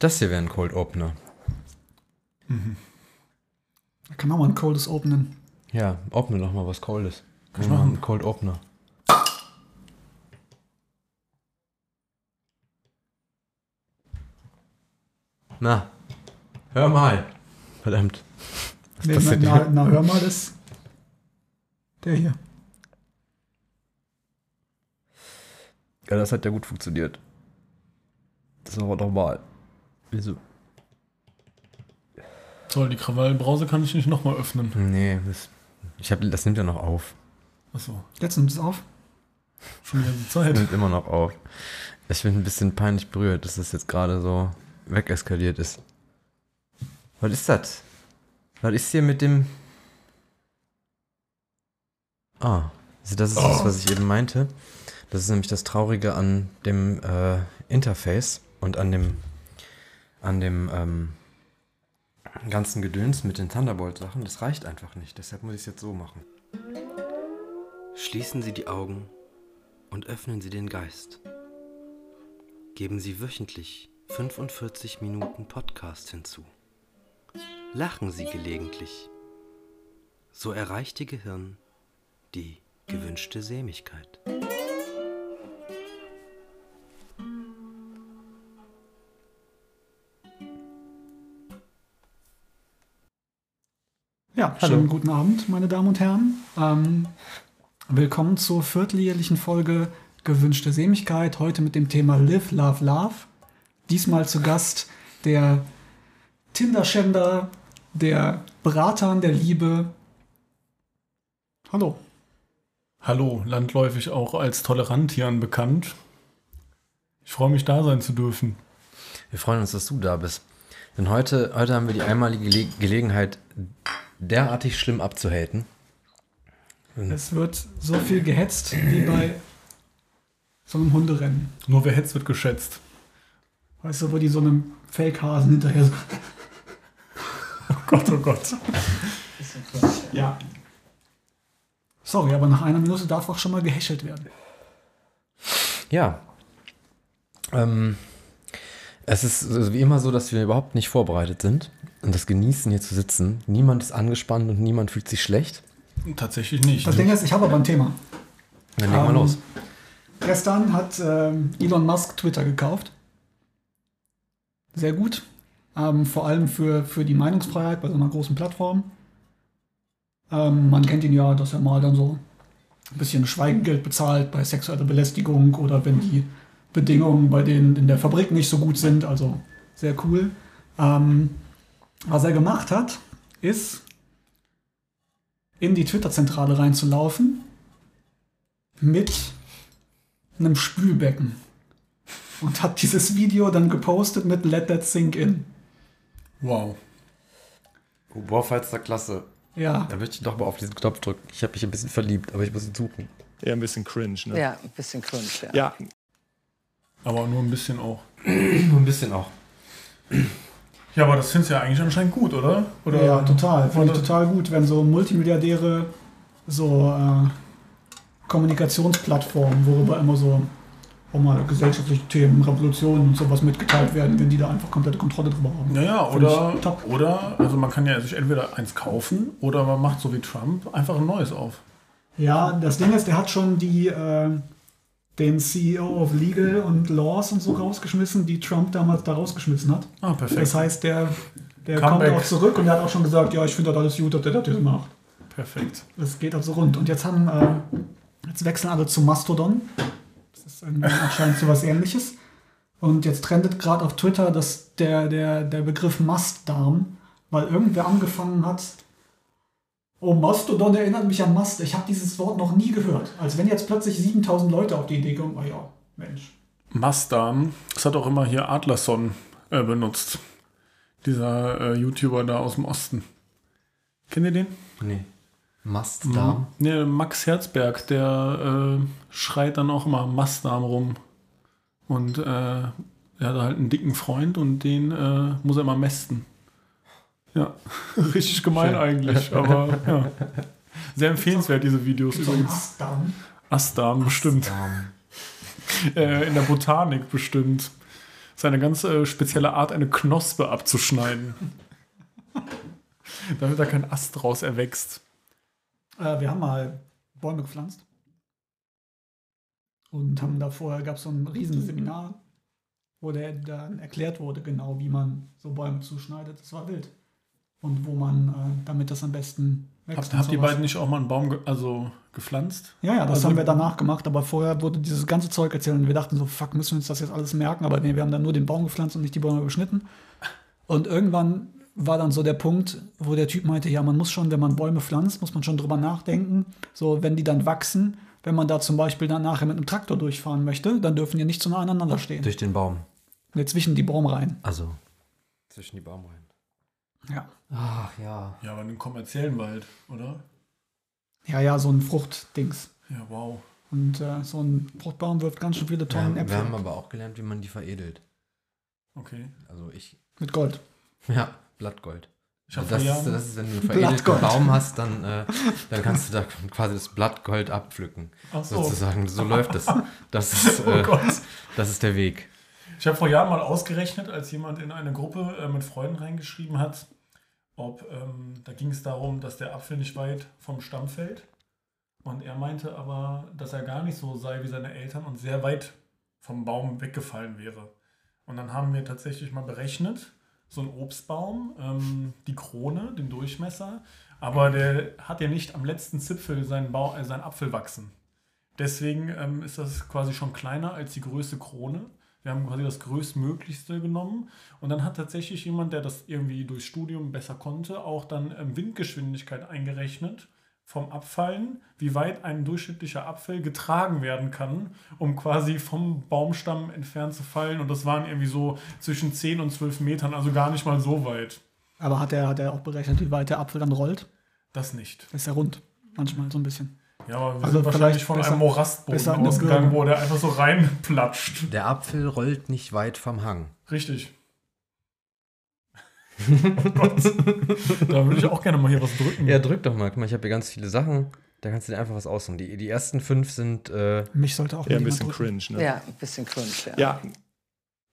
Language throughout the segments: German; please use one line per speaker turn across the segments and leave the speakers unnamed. Das hier wäre ein Cold Opener.
Da kann man mal ein Coldes openen.
Ja, opne doch mal was Coldes.
Kann ich
Mach mal
machen.
einen Cold Opener. Na, hör mal. Verdammt. Was
Nee, na,
passiert
na,
hier?
na, hör mal, das. Der hier.
Ja, das hat ja gut funktioniert. Das war doch mal. Wieso?
Toll, die Krawallbrause kann ich nicht nochmal öffnen.
Nee, das, ich hab, das nimmt ja noch auf.
Achso,
Jetzt nimmt es auf.
schon die ganze
Das
Zeit.
nimmt immer noch auf. Ich bin ein bisschen peinlich berührt, dass das jetzt gerade so wegeskaliert ist. Was ist das? Was ist hier mit dem... Ah, also das ist das, was ich eben meinte. Das ist nämlich das Traurige an dem äh, Interface und an dem an dem ähm, ganzen Gedöns mit den Thunderbolt-Sachen. Das reicht einfach nicht. Deshalb muss ich es jetzt so machen.
Schließen Sie die Augen und öffnen Sie den Geist. Geben Sie wöchentlich 45 Minuten Podcast hinzu. Lachen Sie gelegentlich. So erreicht Ihr Gehirn die gewünschte Sämigkeit.
Ja,
Hallo.
schönen guten Abend, meine Damen und Herren. Ähm, willkommen zur vierteljährlichen Folge Gewünschte Sämigkeit. Heute mit dem Thema Live, Love, Love. Diesmal zu Gast der Tinder-Schänder, der Bratan der Liebe. Hallo.
Hallo, landläufig auch als Tolerantian bekannt. Ich freue mich, da sein zu dürfen.
Wir freuen uns, dass du da bist. Denn heute, heute haben wir die einmalige Gele Gelegenheit, derartig schlimm abzuhaten.
Es wird so viel gehetzt wie bei so einem Hunderennen.
Nur wer hetzt, wird geschätzt.
Weißt du, wo die so einem Fake-Hasen hinterher so.
Oh Gott, oh Gott.
Ja. Sorry, aber nach einer Minute darf auch schon mal gehäschelt werden.
Ja. Ähm, es ist so wie immer so, dass wir überhaupt nicht vorbereitet sind und das genießen, hier zu sitzen. Niemand ist angespannt und niemand fühlt sich schlecht.
Tatsächlich nicht.
Das Ding ist, ich habe aber ein Thema.
Dann legen wir
Ähm,
los.
Gestern hat ähm, Elon Musk Twitter gekauft. Sehr gut. Ähm, vor allem für, für die Meinungsfreiheit bei so einer großen Plattform. Ähm, man kennt ihn ja, dass er mal dann so ein bisschen Schweigengeld bezahlt bei sexueller Belästigung oder wenn die Bedingungen bei denen in der Fabrik nicht so gut sind. Also sehr cool. Ähm, was er gemacht hat, ist in die Twitter-Zentrale reinzulaufen mit einem Spülbecken und hat dieses Video dann gepostet mit Let That Sink In.
Wow.
Wow, falls der Klasse.
Ja,
Da möchte ich doch mal auf diesen Knopf drücken. Ich habe mich ein bisschen verliebt, aber ich muss ihn suchen.
Eher ein bisschen cringe, ne?
Ja, ein bisschen cringe, ja.
Ja,
Aber nur ein bisschen auch.
Nur ein bisschen auch.
Ja, aber das findest du ja eigentlich anscheinend gut, oder? oder
ja total. Finde ich
oder-
total gut, wenn so Multimilliardäre so äh, Kommunikationsplattformen, worüber immer so auch mal gesellschaftliche Themen, Revolutionen und sowas mitgeteilt werden, wenn die da einfach komplette Kontrolle drüber haben.
Naja,
Finde
oder,
ich top.
oder, also man kann ja sich entweder eins kaufen oder man macht so wie Trump einfach ein neues auf.
Ja, das Ding ist, der hat schon die, äh, den CEO of Legal und Laws und so rausgeschmissen, die Trump damals da rausgeschmissen hat.
Ah, perfekt.
Das heißt, der, der kommt
Comeback.
auch zurück und der hat auch schon gesagt, ja, ich finde das alles gut, dass der das jetzt macht.
perfekt.
Das geht also rund. Und jetzt haben, äh, jetzt wechseln alle zu Mastodon. Das ist ein, anscheinend so was ähnliches. Und jetzt trendet gerade auf Twitter dass der, der, der Begriff Mastdarm, weil irgendwer angefangen hat, oh, Mastodon erinnert mich an Mast. Ich habe dieses Wort noch nie gehört. Als wenn jetzt plötzlich 7000 Leute auf die Idee kommen, oh ja, Mensch.
Mastam, das hat auch immer hier Adlerson äh, benutzt. Dieser äh, YouTuber da aus dem Osten. Kennt ihr den?
Nee. Mastdarm.
Ne, Max Herzberg, der äh, schreit dann auch immer Mastam rum. Und äh, er hat halt einen dicken Freund und den äh, muss er immer mästen. Ja, richtig gemein eigentlich, aber ja. Sehr empfehlenswert, diese Videos
So ein
übrigens.
Mastdarm.
Astam bestimmt.
Darm.
Äh, in der Botanik bestimmt. ist eine ganz äh, spezielle Art, eine Knospe abzuschneiden. Damit da kein Ast draus erwächst.
Äh, wir haben mal Bäume gepflanzt. Und haben da vorher, gab es so ein Riesenseminar, wo der dann erklärt wurde, genau wie man so Bäume zuschneidet. Das war wild. Und wo man, äh, damit das am besten
Habt,
und
habt ihr
sowas.
beiden nicht auch mal einen Baum ge also gepflanzt?
Ja, ja, das
Also-
haben wir danach gemacht, aber vorher wurde dieses ganze Zeug erzählt und wir dachten so, fuck, müssen wir uns das jetzt alles merken, aber nee, wir haben dann nur den Baum gepflanzt und nicht die Bäume beschnitten. Und irgendwann war dann so der Punkt, wo der Typ meinte, ja, man muss schon, wenn man Bäume pflanzt, muss man schon drüber nachdenken, so wenn die dann wachsen, wenn man da zum Beispiel dann nachher mit einem Traktor durchfahren möchte, dann dürfen die nicht so nah aneinander stehen.
Durch den Baum.
Nee, zwischen die Baumreihen.
Also. Zwischen die Baumreihen.
Ja.
Ach ja.
Ja, aber in einem kommerziellen Wald, oder?
Ja, ja, so ein Fruchtdings.
Ja, wow.
Und äh, so ein Fruchtbaum wirft ganz schön viele
Wir
Tonnen
haben, wir haben
Äpfel ab.
aber auch gelernt, wie man die veredelt.
Okay.
Also ich.
mit Gold.
Ja, Blattgold.
Ich hab
Also das,
vor
ist,
Jahren-
das ist, wenn du einen veredelten
Blattgold.
Baum hast, dann, äh, dann kannst du da quasi das Blattgold abpflücken.
Ach so.
Sozusagen. So läuft das. Das ist,
Oh
äh,
Gott.
das ist der Weg.
Ich habe vor Jahren mal ausgerechnet, als jemand in eine Gruppe äh, mit Freunden reingeschrieben hat, ob ähm, da ging es darum, dass der Apfel nicht weit vom Stamm fällt. Und er meinte aber, dass er gar nicht so sei wie seine Eltern und sehr weit vom Baum weggefallen wäre. Und dann haben wir tatsächlich mal berechnet, so ein Obstbaum, ähm, die Krone, den Durchmesser, aber der hat ja nicht am letzten Zipfel seinen, Bau, äh, seinen Apfel wachsen. Deswegen ähm, ist das quasi schon kleiner als die größte Krone. Wir haben quasi das größtmöglichste genommen. Und dann hat tatsächlich jemand, der das irgendwie durch Studium besser konnte, auch dann ähm, Windgeschwindigkeit eingerechnet vom Abfallen, wie weit ein durchschnittlicher Apfel getragen werden kann, um quasi vom Baumstamm entfernt zu fallen. Und das waren irgendwie so zwischen 10 und 12 Metern, also gar nicht mal so weit.
Aber hat er, hat er auch berechnet, wie weit der Apfel dann rollt?
Das nicht.
Ist ja rund. Manchmal so ein bisschen.
Ja, aber wir
Also
sind wahrscheinlich
vielleicht
von
besser-
einem Morastboden
besser in eine
ausgegangen,
Birne.
wo der einfach so reinplatscht.
Der Apfel rollt nicht weit vom Hang.
Richtig. oh Gott. Da würde ich auch gerne mal hier was drücken.
Ja, drück doch mal. Guck mal, ich habe hier ganz viele Sachen. Da kannst du dir einfach was aussuchen. Die, die ersten fünf sind. Äh,
Mich sollte auch
Eher ein
mal
bisschen
jemand drücken.
cringe, ne?
Ja, ein bisschen cringe. Ja.
Ja,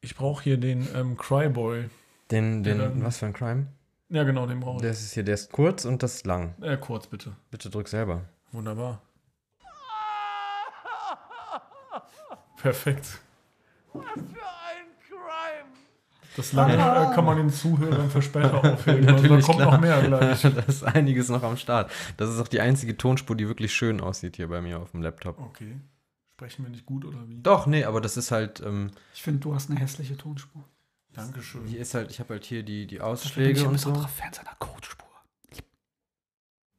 Ich brauche hier den ähm, Cryboy.
den, den,
Ja, dann-
was für ein Crime?
Ja, genau, den brauche ich.
Das ist hier, der ist kurz und das ist lang.
Äh, kurz bitte.
Bitte drück selber.
Wunderbar. Perfekt. Was für ein Crime! Das lange äh, kann man den Zuhörern für später aufheben. Also, da
Natürlich,
kommt
klar.
noch mehr gleich.
da ist einiges noch am Start. Das ist auch die einzige Tonspur, die wirklich schön aussieht hier bei mir auf dem Laptop.
Okay. Sprechen wir nicht gut oder wie?
Doch, nee, aber das ist halt, ähm,
Ich finde, du hast eine hässliche Tonspur.
Dankeschön.
hier ist halt, ich habe halt hier die, die
ich
Ausschläge und so.
anderer Fan seiner Codespur.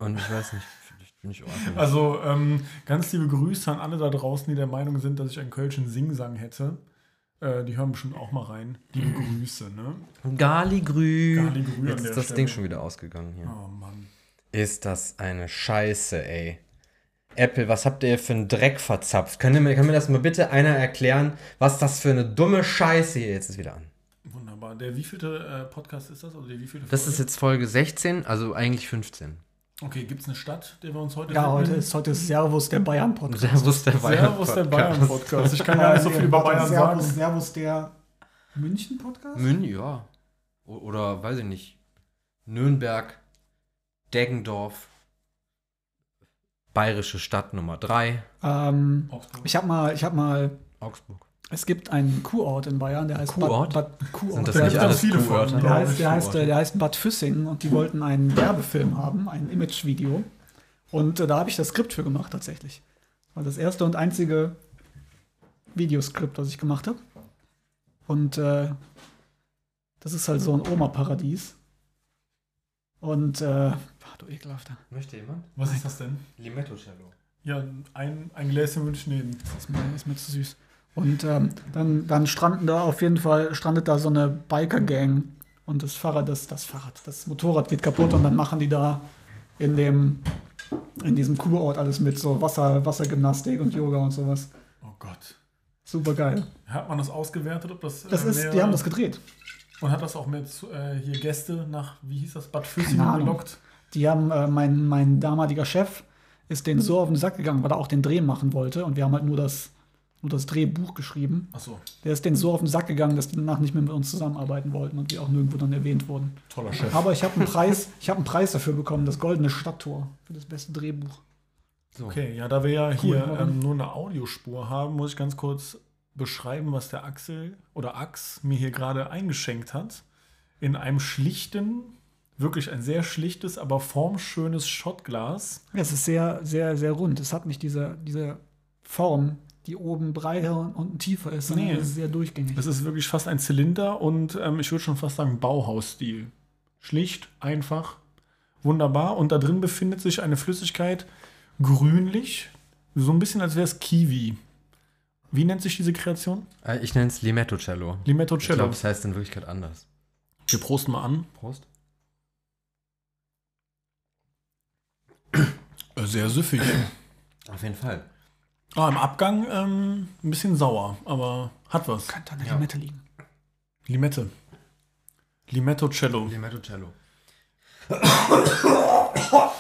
Und ich weiß nicht, vielleicht bin ich auch einfach-
Also ähm, ganz liebe Grüße an alle da draußen, die der Meinung sind, dass ich einen kölschen Singsang hätte. Äh, die hören bestimmt auch mal rein. Liebe Grüße, ne?
Galigrü.
Galigrü an
Jetzt
der
ist das
Stelle.
Ding schon wieder ausgegangen hier.
Oh Mann.
Ist das eine Scheiße, ey. Apple, was habt ihr für einen Dreck verzapft? Kann mir, kann mir das mal bitte einer erklären, was das für eine dumme Scheiße hier jetzt ist wieder an?
Wunderbar. Der wievielte äh, Podcast ist das? Oder der wievielte
Das
Folge?
ist jetzt Folge 16, also eigentlich 15.
Okay, gibt es eine Stadt, der wir uns heute
Ja, heute
widmen?
ist, heute ist Servus der Bayern-Podcast.
Servus der
Servus der Bayern-Podcast. Ich kann gar nicht so viel über Bayern
Servus,
sagen.
Servus der München-Podcast?
München, ja. O- Oder weiß ich nicht. Nürnberg, Deggendorf, bayerische Stadt Nummer 3,
Ähm,
Augsburg.
ich habe mal, ich habe mal,
Augsburg.
es gibt einen Kuhort in Bayern, der heißt
Kuhort?
Bad, Bad Kuhort.
Sind das
da
nicht
gibt's
alles
viele von,
Kuhorte?
Der
glaub
heißt,
ich,
der, heißt,
Kuhorte.
äh, der heißt Bad Füssing und die wollten einen Werbefilm haben, ein Imagevideo. Und äh, da habe ich das Skript für gemacht tatsächlich. Das war das erste und einzige Videoskript, was ich gemacht habe. Und äh, das ist halt so ein Oma-Paradies. Und, äh, ach, du ekelhafter.
Möchte jemand?
Was ist das denn?
Limetto Cello.
Ja, ein, ein Gläschen würde ich nehmen.
Das ist mir, ist mir zu süß. Und ähm, dann, dann stranden da auf jeden Fall, strandet da so eine Biker-Gang und das Fahrrad, das, das Fahrrad, das Motorrad geht kaputt und dann machen die da in dem in diesem Kurort alles mit, so Wasser, Wassergymnastik und Yoga und sowas.
Oh Gott.
Super geil.
Hat man das ausgewertet, ob das.
Das
äh,
ist,
mehr-
die haben das gedreht.
Und hat das auch mit äh, hier Gäste nach, wie hieß das, Bad Füssingen
Keine Ahnung.
gelockt?
Die haben, äh, mein, mein damaliger Chef ist denen so auf den Sack gegangen, weil er auch den Dreh machen wollte und wir haben halt nur das und das Drehbuch geschrieben.
Achso,
Der ist denen so auf den Sack gegangen, dass die danach nicht mehr mit uns zusammenarbeiten wollten und wir auch nirgendwo dann erwähnt wurden.
toller Chef.
Aber ich habe einen Preis, ich habe einen Preis dafür bekommen, das Goldene Stadttor für das beste Drehbuch.
Okay, ja, da wir ja hier
warum?
ähm, nur eine Audiospur haben, muss ich ganz kurz beschreiben, was der Axel oder Ax mir hier gerade eingeschenkt hat. In einem schlichten, wirklich ein sehr schlichtes, aber formschönes Shotglas.
Es ist sehr, sehr, sehr rund. Es hat nicht diese, diese Form, die oben breiter und unten tiefer ist, sondern
Nee.
es ist sehr durchgängig.
Es ist wirklich fast ein Zylinder und ähm, ich würde schon fast sagen Bauhausstil. Schlicht, einfach, wunderbar. Und da drin befindet sich eine Flüssigkeit, grünlich, so ein bisschen als wäre es Kiwi. Wie nennt sich diese Kreation?
Äh, Ich nenne es Limetto Cello.
Limetto
Ich glaube,
Cello.
es heißt in Wirklichkeit anders.
Wir prosten mal an.
Prost.
Äh, Sehr süffig.
Auf jeden Fall.
ah, im Abgang ähm, ein bisschen sauer, aber hat was.
könnte an der Limette liegen.
Limette. Limetto Cello.
Limetto Cello.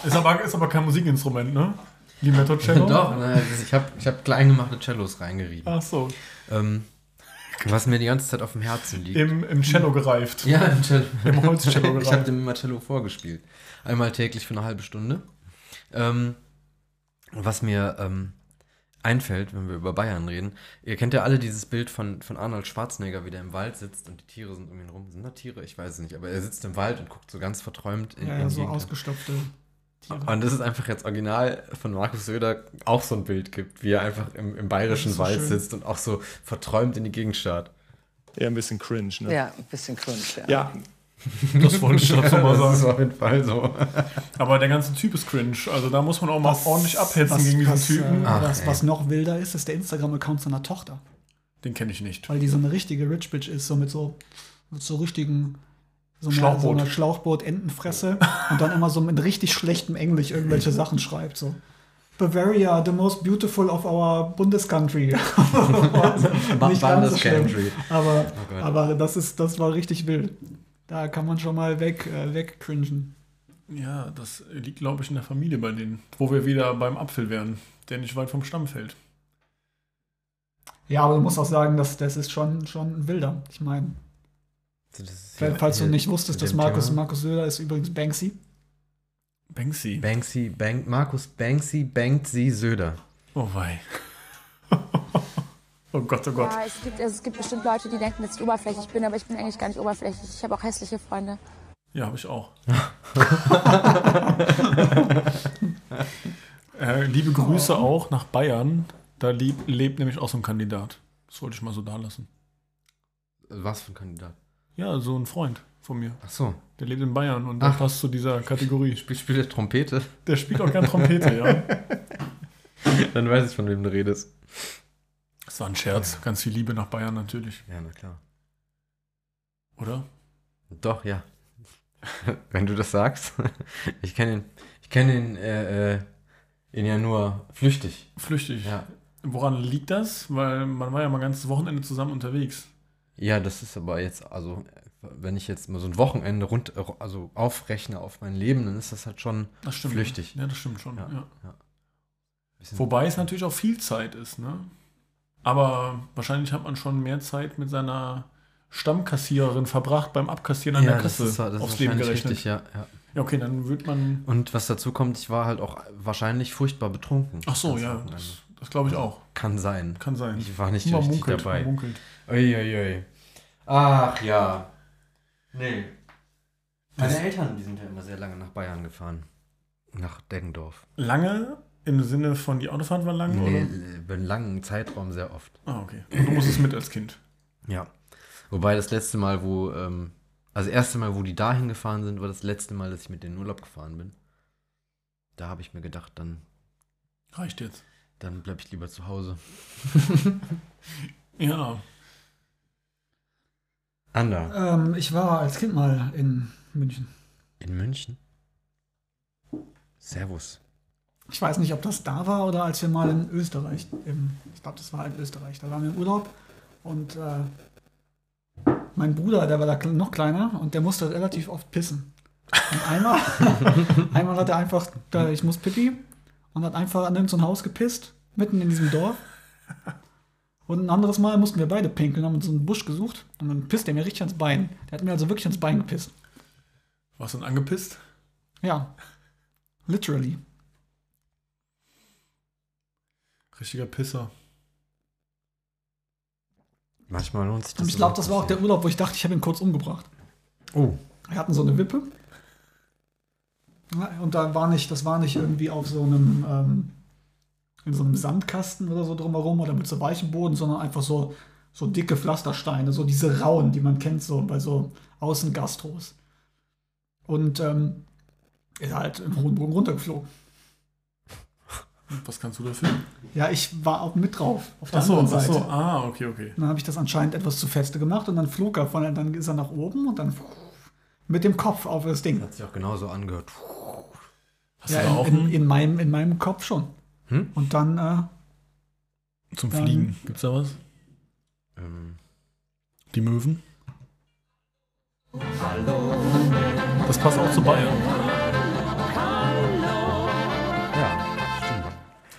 Ist aber, ist aber kein Musikinstrument, ne? Limetto Cello?
Doch, na, ich habe ich hab klein gemachte Cellos reingerieben.
Ach so.
Ähm, was mir die ganze Zeit auf dem Herzen liegt.
Im, im Cello gereift.
ja, im Cello.
Im Holzcello
Ich habe
gereift.
dem immer Cello vorgespielt. Einmal täglich für eine halbe Stunde. Ähm, was mir ähm, einfällt, wenn wir über Bayern reden, ihr kennt ja alle dieses Bild von, von Arnold Schwarzenegger, wie der im Wald sitzt und die Tiere sind um ihn rum. Sind da Tiere? Ich weiß es nicht, aber er sitzt im Wald und guckt so ganz verträumt in,
Ja,
in
ja,
die
so
Gegend.
ausgestopfte Tiere.
Und das ist einfach jetzt original von Markus Söder auch so ein Bild gibt, wie er einfach im, im bayerischen
so
Wald
schön.
sitzt und auch so verträumt in die Gegend starrt.
Eher ein bisschen cringe, ne?
Ja, ein bisschen cringe. Ja.
Ja,
Das wollte ich dazu mal
Das ist
sagen.
auf jeden Fall so.
Aber der ganze Typ ist cringe. Also da muss man auch mal ordentlich abhetzen
was,
gegen diesen
was,
Typen.
Äh,
Ach,
was,
ey.
was noch wilder ist, ist der Instagram-Account seiner Tochter.
Den kenne ich nicht.
Weil die so eine richtige Rich Bitch ist, so mit so, mit so richtigen so einer, So
Schlauchboot.
einer Schlauchboot-Entenfresse und dann immer so mit richtig schlechtem Englisch irgendwelche Sachen schreibt. So. Bavaria, the most beautiful of our Bundescountry. Also, nicht ganz so schlimm,
Bundescountry. Oh
aber,
Gott.
aber das, ist, das war richtig wild. Da kann man schon mal weg, äh, wegcringen.
Ja, das liegt, glaube ich, in der Familie bei denen. Wo wir wieder beim Apfel wären, der nicht weit vom Stamm fällt.
Ja, aber du musst auch sagen, dass, das ist schon, schon wilder. Ich meine, Weil, falls du
äh,
nicht wusstest, dass Markus, Markus Söder ist übrigens Banksy.
Banksy.
Banksy, Bank, Markus Banksy, Banksy Söder.
Oh wei. oh Gott, oh Gott.
Ja, es gibt, also es gibt bestimmt Leute, die denken, dass ich oberflächlich bin, aber ich bin eigentlich gar nicht oberflächlich. Ich habe auch hässliche Freunde.
Ja, habe ich auch. äh, liebe Grüße auch nach Bayern. Da lieb, lebt nämlich auch so ein Kandidat. Das wollte ich mal so da lassen.
Was für ein Kandidat?
Ja, so ein Freund von mir.
Ach so,
Der lebt in Bayern und der
Ach.
passt zu dieser Kategorie.
spielt spiel der Trompete?
Der spielt auch gern Trompete, ja.
Dann weiß ich, von wem du redest.
Das war ein Scherz. Ganz viel Liebe nach Bayern natürlich,
Ja, na klar.
oder?
Doch, ja. Wenn du das sagst. Ich kenne ihn, ich kenne ihn, äh, äh, ihn ja nur flüchtig.
Flüchtig.
Ja.
Woran liegt das? Weil man war ja mal ganzes Wochenende zusammen unterwegs.
Ja, das ist aber jetzt, also, wenn ich jetzt mal so ein Wochenende rund, also aufrechne auf mein Leben, dann ist das halt schon ein
Das stimmt.
Flüchtig.
Ja, das stimmt schon.
Ja.
Ja.
bisschen.
Wobei es natürlich auch viel Zeit ist, ne? Aber wahrscheinlich hat man schon mehr Zeit mit seiner Stammkassiererin verbracht beim Abkassieren an
ja,
der Kasse
das ist, das ist
aufs Leben
wahrscheinlich
gerechnet.
richtig, ja, ja.
Ja, okay, dann wird man.
Und was dazu kommt, ich war halt auch wahrscheinlich furchtbar betrunken.
Ach so,
Das
ja,
Wochenende.
das, das glaube ich auch.
Kann sein.
Kann sein.
Ich war also. nicht
Man
richtig
munkelt, man
dabei.
munkelt.
Uiuiui. Ach ja. Nee. Meine Eltern, die sind ja immer sehr lange nach Bayern gefahren. Nach Deggendorf.
Lange im Sinne von die Autofahrt war lang,
Nee,
oder?
über einen langen Zeitraum sehr oft.
Ah, okay. Und du musstest mit als Kind.
Ja. Wobei das letzte Mal, wo, ähm, also das erste Mal, wo die dahin gefahren sind, war das letzte Mal, dass ich mit denen in Urlaub gefahren bin. Da habe ich mir gedacht, dann,
Reicht jetzt.
dann bleibe ich lieber zu Hause.
Ja.
Ander.
Ähm, ich war als Kind mal in München.
In München? Servus.
Ich weiß nicht, ob das da war oder als wir mal in Österreich, im, ich glaube, das war in Österreich, da waren wir im Urlaub und äh, mein Bruder, der war da kle- noch kleiner und der musste relativ oft pissen. Und einmal, einmal hat er einfach, da, ich muss pipi, und hat einfach an irgendein Haus gepisst, mitten in diesem Dorf. Und ein anderes Mal mussten wir beide pinkeln, haben uns so einen Busch gesucht und dann pisst er mir richtig ans Bein. Der hat mir also wirklich ans Bein gepisst.
Warst du denn angepisst?
Ja. Literally.
Richtiger Pisser.
Manchmal lohnt sich das.
Und ich glaube, das war auch der Urlaub, wo ich dachte, ich habe ihn kurz umgebracht.
Oh.
Wir hatten so eine Wippe. Ja, Und da war nicht, das war nicht irgendwie auf so einem, ähm, in so einem Sandkasten oder so drumherum oder mit so weichem Boden, sondern einfach so, so dicke Pflastersteine, so diese rauen, die man kennt so bei so Außengastros. Und ähm, ist halt im hohen Bogen runtergeflogen.
Was kannst du dafür?
Ja, ich war auch mit drauf, auf der
Achso,
anderen Seite.
achso. Ah, okay, okay.
Dann habe ich das anscheinend etwas zu feste gemacht und dann flog er von, dann ist er nach oben und dann mit dem Kopf auf das Ding.
Hat sich auch genauso angehört.
Hast
Ja,
du da auch
in, in,
einen
in, meinem, in meinem Kopf schon.
Hm?
Und dann, äh,
zum
dann-
Fliegen? Gibt's da was?
Ähm,
Die Möwen? Das passt auch zu Bayern.
ja,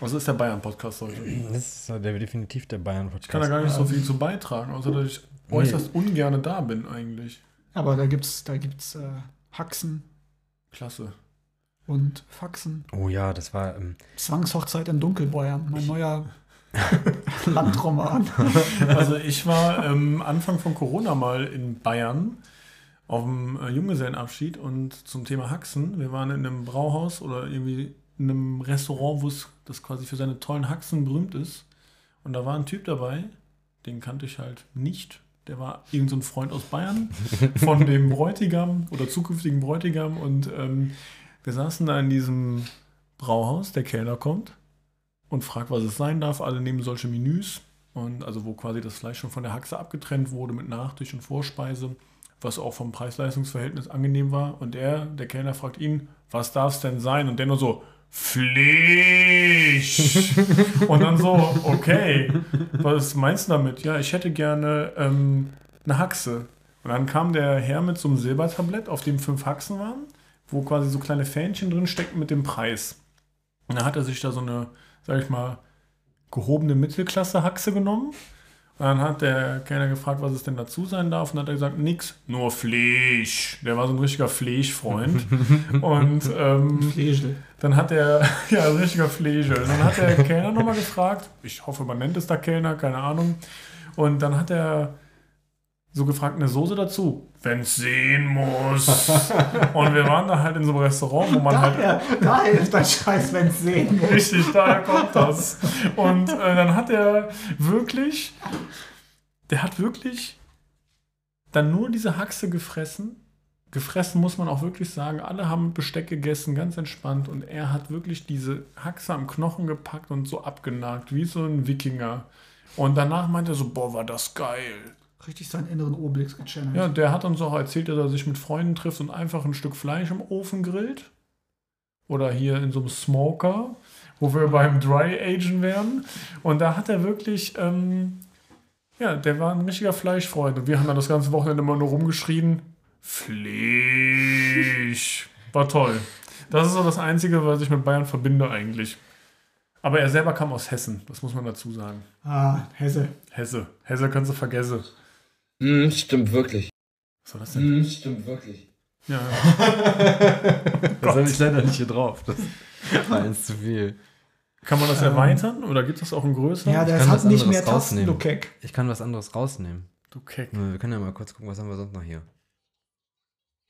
Also ist der Bayern-Podcast heute.
stimmt. Das ist äh, der, definitiv der
Ich kann da
Bayern-Podcast.
gar nicht so viel zu beitragen, außer dass ich
Nee.
äußerst ungern da bin eigentlich.
aber da gibt's, da gibt's äh, Haxen
Klasse.
und Faxen.
Oh ja, das war. Ähm,
Zwangshochzeit in Dunkelbeuern, mein neuer Landroman.
Also ich war ähm, Anfang von Corona mal in Bayern auf dem äh, Junggesellenabschied und zum Thema Haxen. Wir waren in einem Brauhaus oder irgendwie in einem Restaurant, wo es das quasi für seine tollen Haxen berühmt ist. Und da war ein Typ dabei, den kannte ich halt nicht. Der war irgendein so ein Freund aus Bayern von dem Bräutigam oder zukünftigen Bräutigam. Und ähm, wir saßen da in diesem Brauhaus, der Kellner kommt und fragt, was es sein darf. Alle nehmen solche Menüs. Und also wo quasi das Fleisch schon von der Haxe abgetrennt wurde mit Nachtisch und Vorspeise, was auch vom Preis-Leistungs-Verhältnis angenehm war. Und er, der Kellner, fragt ihn, was darf es denn sein? Und der nur so, Fleisch! und dann so, okay, was meinst du damit? Ja, ich hätte gerne ähm, eine Haxe. Und dann kam der Herr mit so einem Silbertablett, auf dem fünf Haxen waren, wo quasi so kleine Fähnchen drin steckten mit dem Preis. Und dann hat er sich da so eine, sag ich mal, gehobene Mittelklasse-Haxe genommen. Und dann hat der Kellner gefragt, was es denn dazu sein darf. Und dann hat er gesagt, nix, nur Fleisch. Der war so ein richtiger Fleischfreund. und ähm,
Legel.
dann hat er, ja, ein richtiger Pflege. Dann hat der Kellner nochmal gefragt, ich hoffe, man nennt es da Kellner, keine Ahnung. Und dann hat er so gefragt, eine Soße dazu, wenn's sehen muss. Und wir waren da halt in so einem Restaurant, wo man halt
Daher, daher ist dein Scheiß, wenn's sehen.
Richtig, daher kommt das. Und äh, dann hat er wirklich, der hat wirklich dann nur diese Haxe gefressen. Gefressen muss man auch wirklich sagen. Alle haben mit Besteck gegessen, ganz entspannt. Und er hat wirklich diese Haxe am Knochen gepackt und so abgenagt, wie so ein Wikinger. Und danach meinte er so, boah, war das geil.
Richtig seinen inneren Obelix gechannelt.
Ja, der hat uns auch erzählt, dass er sich mit Freunden trifft und einfach ein Stück Fleisch im Ofen grillt. Oder hier in so einem Smoker, wo wir beim Dry Aging wären. Und da hat er wirklich, ähm, ja, der war ein richtiger Fleischfreund. Und wir haben dann das ganze Wochenende immer nur rumgeschrien: Fleisch! War toll. Das ist so das Einzige, was ich mit Bayern verbinde eigentlich. Aber er selber kam aus Hessen, das muss man dazu sagen.
Ah, Hesse.
Hesse. Hesse kannst du vergessen.
Hm, stimmt wirklich.
Was war das denn?
Hm, stimmt wirklich.
Ja,
das habe ich leider nicht hier drauf. Das war eins zu viel.
Kann man das erweitern oder gibt es auch ein größeres?
Ja, der
kann
hat
was
nicht
anderes
mehr Tasten,
rausnehmen.
du Keck.
Ich kann was anderes rausnehmen.
Du Keck.
Wir können ja mal kurz gucken, was haben wir sonst noch hier.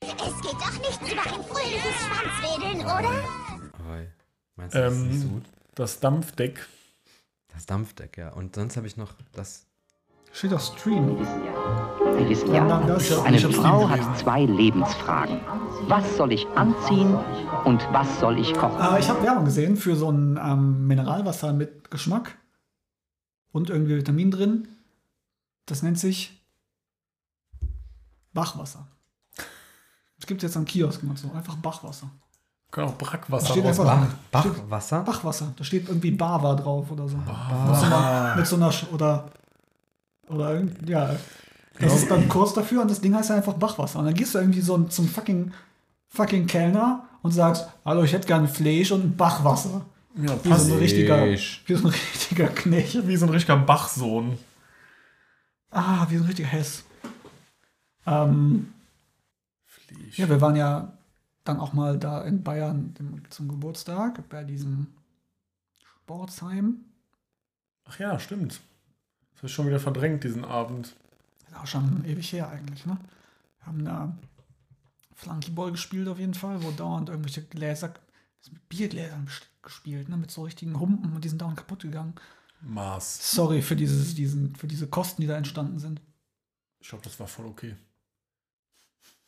Es geht doch nichts über ein fröhliches Schwanzwedeln, oder?
Aber meinst du, das ist
Ähm.
nicht so gut?
Das Dampfdeck.
Das Dampfdeck, ja. Und sonst habe ich noch das.
Steht doch Stream.
Welches
Dann,
Jahr?
dann das.
Eine
Ich hab's
Frau
lieb gelesen.
hat zwei Lebensfragen. Was soll ich anziehen und was soll ich kochen?
Äh, ich habe Werbung gesehen für so ein ähm, Mineralwasser mit Geschmack und irgendwie Vitamin drin. Das nennt sich Bachwasser. Das gibt jetzt am Kiosk immer so. Einfach Bachwasser.
Kann auch Brackwasser
Steht
raus.
einfach
Bach,
steht-
Bachwasser?
Bachwasser. Da steht irgendwie Bava drauf oder so. Mit so einer, mit so einer Sch- oder oder irgend- ja. Das ist dann kurz dafür und das Ding heißt ja einfach Bachwasser. Und dann gehst du irgendwie so zum fucking fucking Kellner und sagst, hallo, ich hätte gerne Fleisch und ein Bachwasser.
Ja,
Wie so,
passt.
ein richtiger,
Fleisch.
wie so ein richtiger Knecht.
Wie so ein richtiger Bachsohn.
Ah, wie so ein richtiger Hess. Ähm, ja, wir waren ja dann auch mal da in Bayern im- zum Geburtstag bei diesem Sportsheim.
Ach ja, stimmt. Das ist schon wieder verdrängt, diesen Abend.
Ist auch schon ewig her eigentlich, ne? Wir haben da Flunkyball gespielt auf jeden Fall, wo dauernd irgendwelche Gläser, das mit Biergläsern best- gespielt, ne? Mit so richtigen Humpen und die sind dauernd kaputt gegangen.
Maß.
Sorry für, dieses, diesen, für diese Kosten, die da entstanden sind.
Ich glaube, das war voll okay.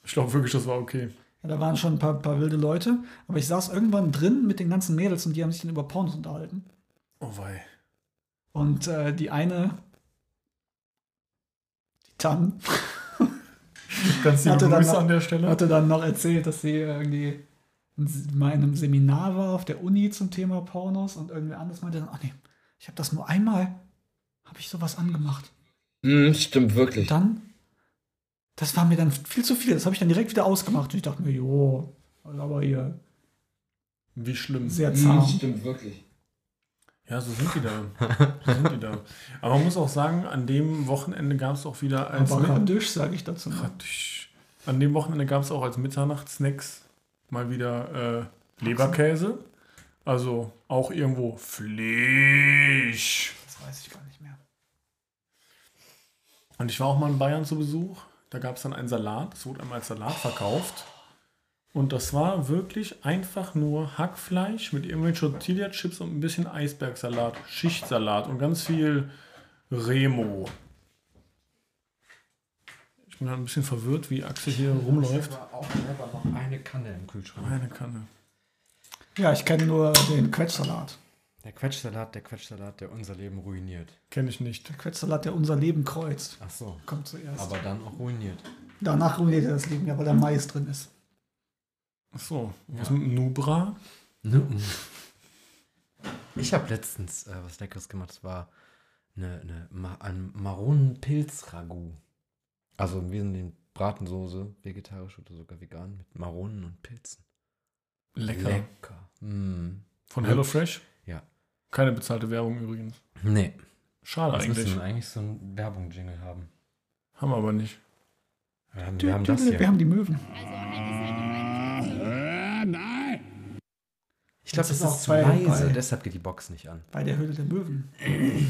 Ich glaube wirklich, das war okay.
Ja, da waren schon ein paar, paar wilde Leute, aber ich saß irgendwann drin mit den ganzen Mädels und die haben sich dann über Pornos unterhalten.
Oh wei.
Und äh, die eine, die Tan,
Ganz liebe
Hatte dann
Grüße
noch-
an der Stelle.
hatte dann noch erzählt, dass sie irgendwie in s- mal in einem Seminar war auf der Uni zum Thema Pornos und irgendwer anderes meinte dann, ach nee, ich habe das nur einmal, habe ich sowas angemacht.
Hm, stimmt
Und
wirklich.
dann, das war mir dann viel zu viel, das habe ich dann direkt wieder ausgemacht und ich dachte mir, jo, also aber ihr
Wie schlimm.
sehr
Hm,
zahm.
stimmt wirklich.
Ja, so sind die da. So sind die da. Aber man muss auch sagen, an dem Wochenende gab es auch wieder als
Aber
Mi-
Kadisch, sage ich dazu. noch.
Ratsch. An dem Wochenende gab es auch als Mitternachtssnacks mal wieder äh, Leberkäse. Also auch irgendwo Fleisch.
Das weiß ich gar nicht mehr.
Und ich war auch mal in Bayern zu Besuch. Da gab es dann einen Salat. Es wurde einmal als Salat verkauft. Und das war wirklich einfach nur Hackfleisch mit irgendwelchen Tortilla-Chips und ein bisschen Eisbergsalat, Schichtsalat und ganz viel Remo. Ich bin halt ein bisschen verwirrt, wie Axel hier rumläuft.
Eine Kanne im Kühlschrank.
Eine Kanne.
Ja, ich kenne nur den Quetschsalat.
Der Quetschsalat, der Quetschsalat, der unser Leben ruiniert.
Kenne ich nicht.
Der Quetschsalat, der unser Leben kreuzt,
Ach so.
kommt zuerst.
Aber dann auch ruiniert.
Danach ruiniert er das Leben, ja, weil da Mais drin ist.
Achso, was mit dem Nubra?
Ich habe letztens äh, was Leckeres gemacht. Es war eine, eine, Ma- ein Maronenpilz-Ragout. Also im Wesentlichen Bratensoße, vegetarisch oder sogar vegan, mit Maronen und Pilzen.
Lecker.
Lecker. Mm.
Von HelloFresh?
Ja.
Keine bezahlte Werbung übrigens.
Nee,
Schade
das müssen
eigentlich.
wir eigentlich so einen Werbung-Jingle haben.
Haben wir aber nicht.
Wir haben, wir haben das
Wir
hier.
haben die Möwen.
Ich glaube,
Das
das
ist auch
ist zu
bei-
leise,
bei-
deshalb geht die Box nicht an.
Bei der Höhle der Möwen.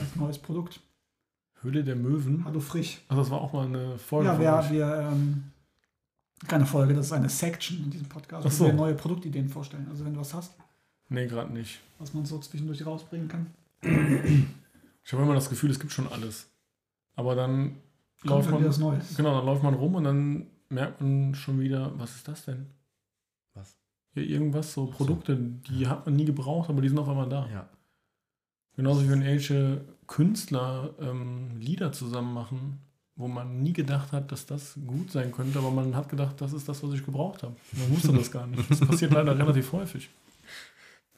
Als neues Produkt.
Höhle der Möwen.
Hallo Frisch.
Also das war auch mal eine Folge
Ja,
von
wir,
euch.
wir ähm, keine Folge, das ist eine Section in diesem Podcast,
Ach
wo
so.
wir neue Produktideen vorstellen. Also wenn du was hast,
Nee, gerade nicht.
was man so zwischendurch rausbringen kann.
Ich habe immer das Gefühl, es gibt schon alles. Aber dann
Kommt
läuft
dann wieder was
man.
Neues.
Genau, dann läuft man rum und dann merkt man schon wieder, was ist das denn?
Was?
Ja, irgendwas, so Produkte, die hat man nie gebraucht, aber die sind auf einmal da.
Ja.
Genauso wie wenn irgendwelche Künstler ähm, Lieder zusammen machen, wo man nie gedacht hat, dass das gut sein könnte, aber man hat gedacht, das ist das, was ich gebraucht habe. Man wusste das gar nicht. Das passiert leider relativ häufig.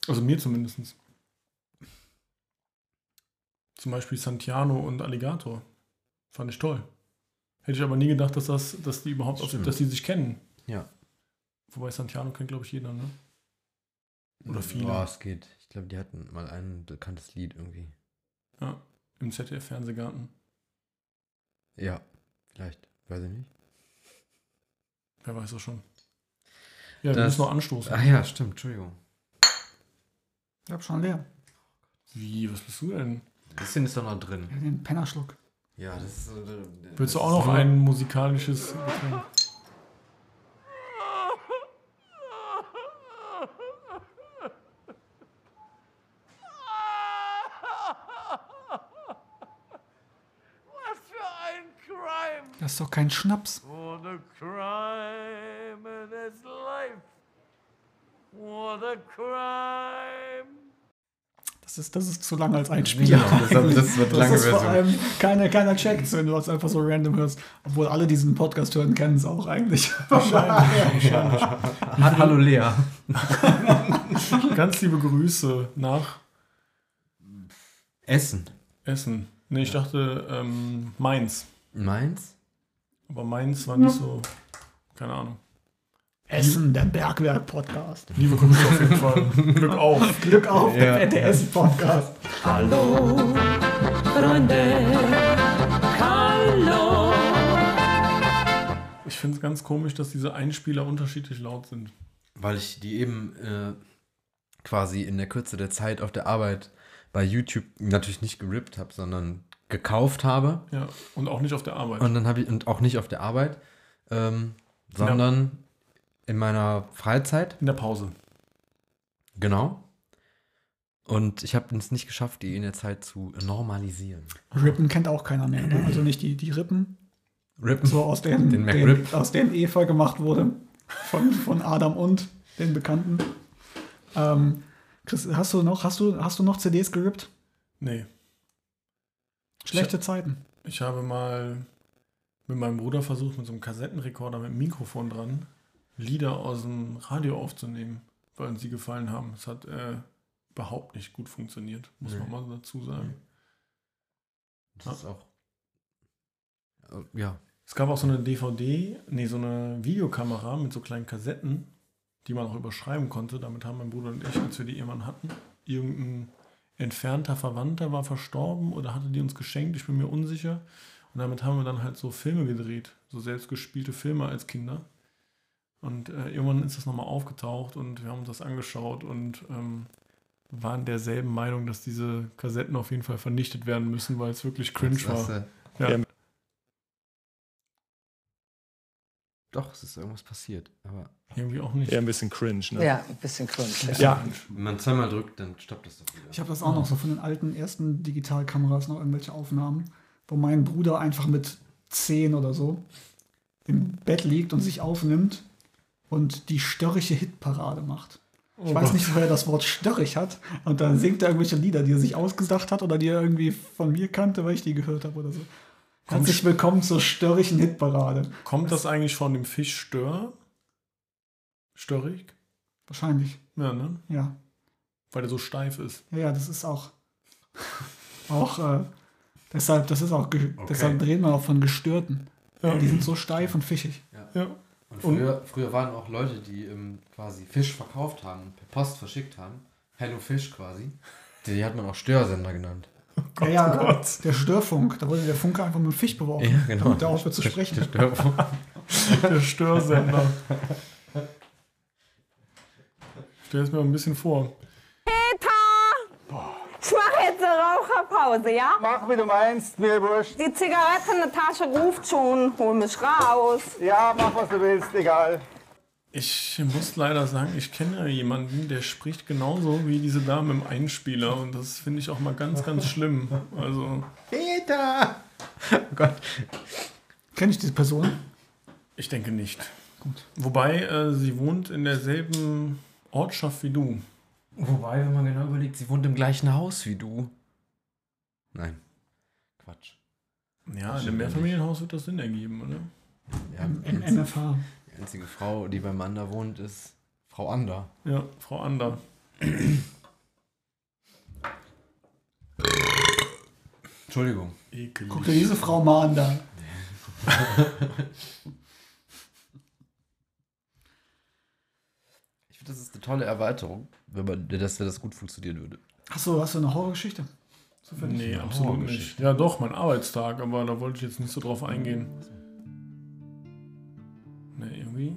Also mir zumindest. Zum Beispiel Santiano und Alligator. Fand ich toll. Hätte ich aber nie gedacht, dass, das, dass die überhaupt, auf,
Stimmt.
dass die sich kennen.
Ja.
Wobei Santiano kennt, glaube ich, jeder, ne? Oder viele.
Boah, es geht. Ich glaube, die hatten mal ein bekanntes Lied irgendwie.
Im ZDF-Fernsehgarten.
Ja, vielleicht. Weiß ich nicht.
Wer weiß das schon. Ja, wir
Das-
müssen noch anstoßen.
Ach Ah ja, stimmt. Entschuldigung.
Ich hab schon leer.
Wie, was bist du denn?
Ein bisschen ist da noch drin.
Ja, Den Pennerschluck.
Ja, das ist. Äh,
Willst du auch noch ein musikalisches Getränk?
Was für ein Crime!
Das ist doch kein Schnaps.
What a crime in his life! What a crime!
Das ist, das ist zu lang als ein Spiel.
Ja, das, das wird
Das
lange
ist vor
Version.
allem keiner, keiner checkt, wenn du das einfach so random hörst. Obwohl alle, die diesen Podcast hören, kennen es auch eigentlich.
Wahrscheinlich. wahrscheinlich.
Hallo Lea.
Ganz liebe Grüße nach
Essen.
Essen. Nee, ich dachte ähm, Mainz.
Mainz?
Aber Mainz war nicht so. Keine Ahnung.
Essen, der Bergwerk-Podcast.
Liebe Grüße auf jeden Fall. Glück auf.
Glück auf,
Ja.
der NTS-Podcast.
Hallo, Freunde! Karl
Ich finde es ganz komisch, dass diese Einspieler unterschiedlich laut sind.
Weil ich die eben äh, quasi in der Kürze der Zeit auf der Arbeit bei YouTube natürlich nicht gerippt habe, sondern gekauft habe.
Ja, und auch nicht auf der Arbeit.
Und dann habe ich, und auch nicht auf der Arbeit, ähm, sondern in meiner Freizeit.
In der Pause.
Genau. Und ich habe es nicht geschafft, die in der Zeit zu normalisieren.
Rippen kennt auch keiner mehr. Ne? Also nicht die, die Rippen,
Rippen.
so aus denen,
Den Mac
denen,
Rip.
aus denen Eva gemacht wurde. Von, von Adam und den Bekannten. Ähm, Chris, hast du noch, hast du, hast du noch CDs gerippt?
Nee.
Schlechte Zeiten.
Ich habe mal mit meinem Bruder versucht, mit so einem Kassettenrekorder mit Mikrofon dran, Lieder aus dem Radio aufzunehmen, weil uns die gefallen haben. Es hat äh, überhaupt nicht gut funktioniert, muss
Nee.
man mal dazu sagen.
Das ist auch. Also, Ja.
Es gab auch so eine DVD, nee, so eine Videokamera mit so kleinen Kassetten, die man auch überschreiben konnte. Damit haben mein Bruder und ich, als wir die irgendwann hatten, irgendein entfernter Verwandter war verstorben oder hatte die uns geschenkt, ich bin mir unsicher. Und damit haben wir dann halt so Filme gedreht, so selbstgespielte Filme als Kinder. Und äh, irgendwann ist das nochmal aufgetaucht und wir haben uns das angeschaut und ähm, waren derselben Meinung, dass diese Kassetten auf jeden Fall vernichtet werden müssen, weil es wirklich cringe
Das äh, hast
war.
du-
Ja.
Ja,
Doch, es ist irgendwas passiert. Aber
Irgendwie auch nicht.
Eher ein bisschen cringe, ne?
Ja, ein bisschen cringe.
Ja.
wenn man zweimal drückt, dann stoppt das doch wieder.
Ich habe das auch noch so von den alten ersten Digitalkameras noch irgendwelche Aufnahmen, wo mein Bruder einfach mit 10 oder so im Bett liegt und sich aufnimmt und die störrische Hitparade macht. Ich weiß nicht, woher das Wort störrig hat. Und dann singt er irgendwelche Lieder, die er sich ausgedacht hat oder die er irgendwie von mir kannte, weil ich die gehört habe oder so. Herzlich willkommen zur störrigen Hitparade.
Kommt das eigentlich von dem Fisch Stör? Störrig?
Wahrscheinlich,
Ja, ne?
ja.
Weil der so steif ist.
Ja, ja, das ist auch. auch äh, deshalb, das ist auch. ge- Deshalb reden wir auch von Gestörten. Die sind so steif und fischig.
Ja.
Und früher, früher waren auch Leute, die ähm, quasi Fisch verkauft haben, per Post verschickt haben. Hello Fish quasi. Die hat man auch Störsender genannt.
ja, ja, genau. der Störfunk. Da wurde der Funke einfach mit dem Fisch beworfen.
Ja, genau.
Damit der aufhört zu sprechen.
Der Störsender. Stell es mir ein bisschen vor.
Ich mache jetzt eine Raucherpause, ja?
Mach, wie du meinst, mir wurscht.
Die Zigarette in der Tasche ruft schon, hol mich raus.
Ja, mach, was du willst, egal.
Ich muss leider sagen, ich kenne jemanden, der spricht genauso wie diese Dame im Einspieler. Und das finde ich auch mal ganz, ganz schlimm. Also,
Peter!
Oh Gott.
Kenne ich diese Person?
ich denke nicht. Wobei, äh, sie wohnt in derselben Ortschaft wie du.
Wobei, wenn man genau überlegt, sie wohnt im gleichen Haus wie du. Nein. Quatsch.
Ja, in
Stimmt
einem
ja nicht.
Mehrfamilienhaus wird das Sinn ergeben, oder?
Ja,
Im
die einzige-
MFH.
Die einzige Frau, die beim Ander wohnt, ist Frau Ander.
Ja, Frau Ander.
Entschuldigung.
Ekelig.
Guck dir diese Frau mal an da.
Ich finde, das ist eine tolle Erweiterung, wenn man, dass das gut funktionieren würde.
Hast du, hast du eine Horrorgeschichte? So für dich?
Nee, absolut nicht. Mhm. Ja, doch, mein Arbeitstag, aber da wollte ich jetzt nicht so drauf eingehen. Nee, irgendwie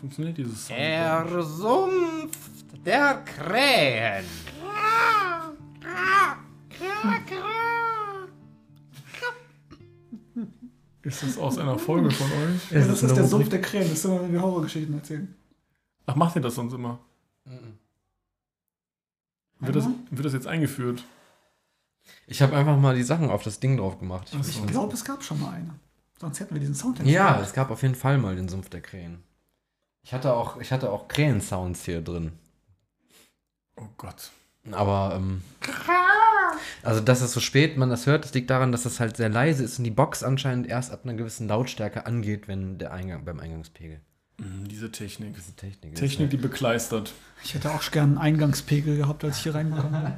funktioniert dieses Sound.
Er sumpft der Krähen.
Ist das aus einer Folge von euch?
Ja, das ist der Sumpf der Krähen. Das ist immer, wenn wir Horrorgeschichten erzählen.
Ach, macht ihr das sonst immer?
Mhm.
Wird das, wird das jetzt eingeführt?
Ich habe einfach mal die Sachen auf das Ding drauf gemacht.
Also ich glaube, es gab schon mal eine. Sonst hätten wir diesen Sound jetzt
Ja,
nicht.
es gab auf jeden Fall mal den Sumpf der Krähen. Ich hatte auch, ich hatte auch Krähen-Sounds hier drin.
Oh Gott.
Aber, ähm, also dass es so spät man das hört, das liegt daran, dass es halt sehr leise ist und die Box anscheinend erst ab einer gewissen Lautstärke angeht, wenn der Eingang beim Eingangspegel.
Mm, Diese Technik.
Diese Technik. ist
Technik,
halt-
die bekleistert.
Ich hätte auch gern einen Eingangspegel gehabt, als ich hier reingekommen bin.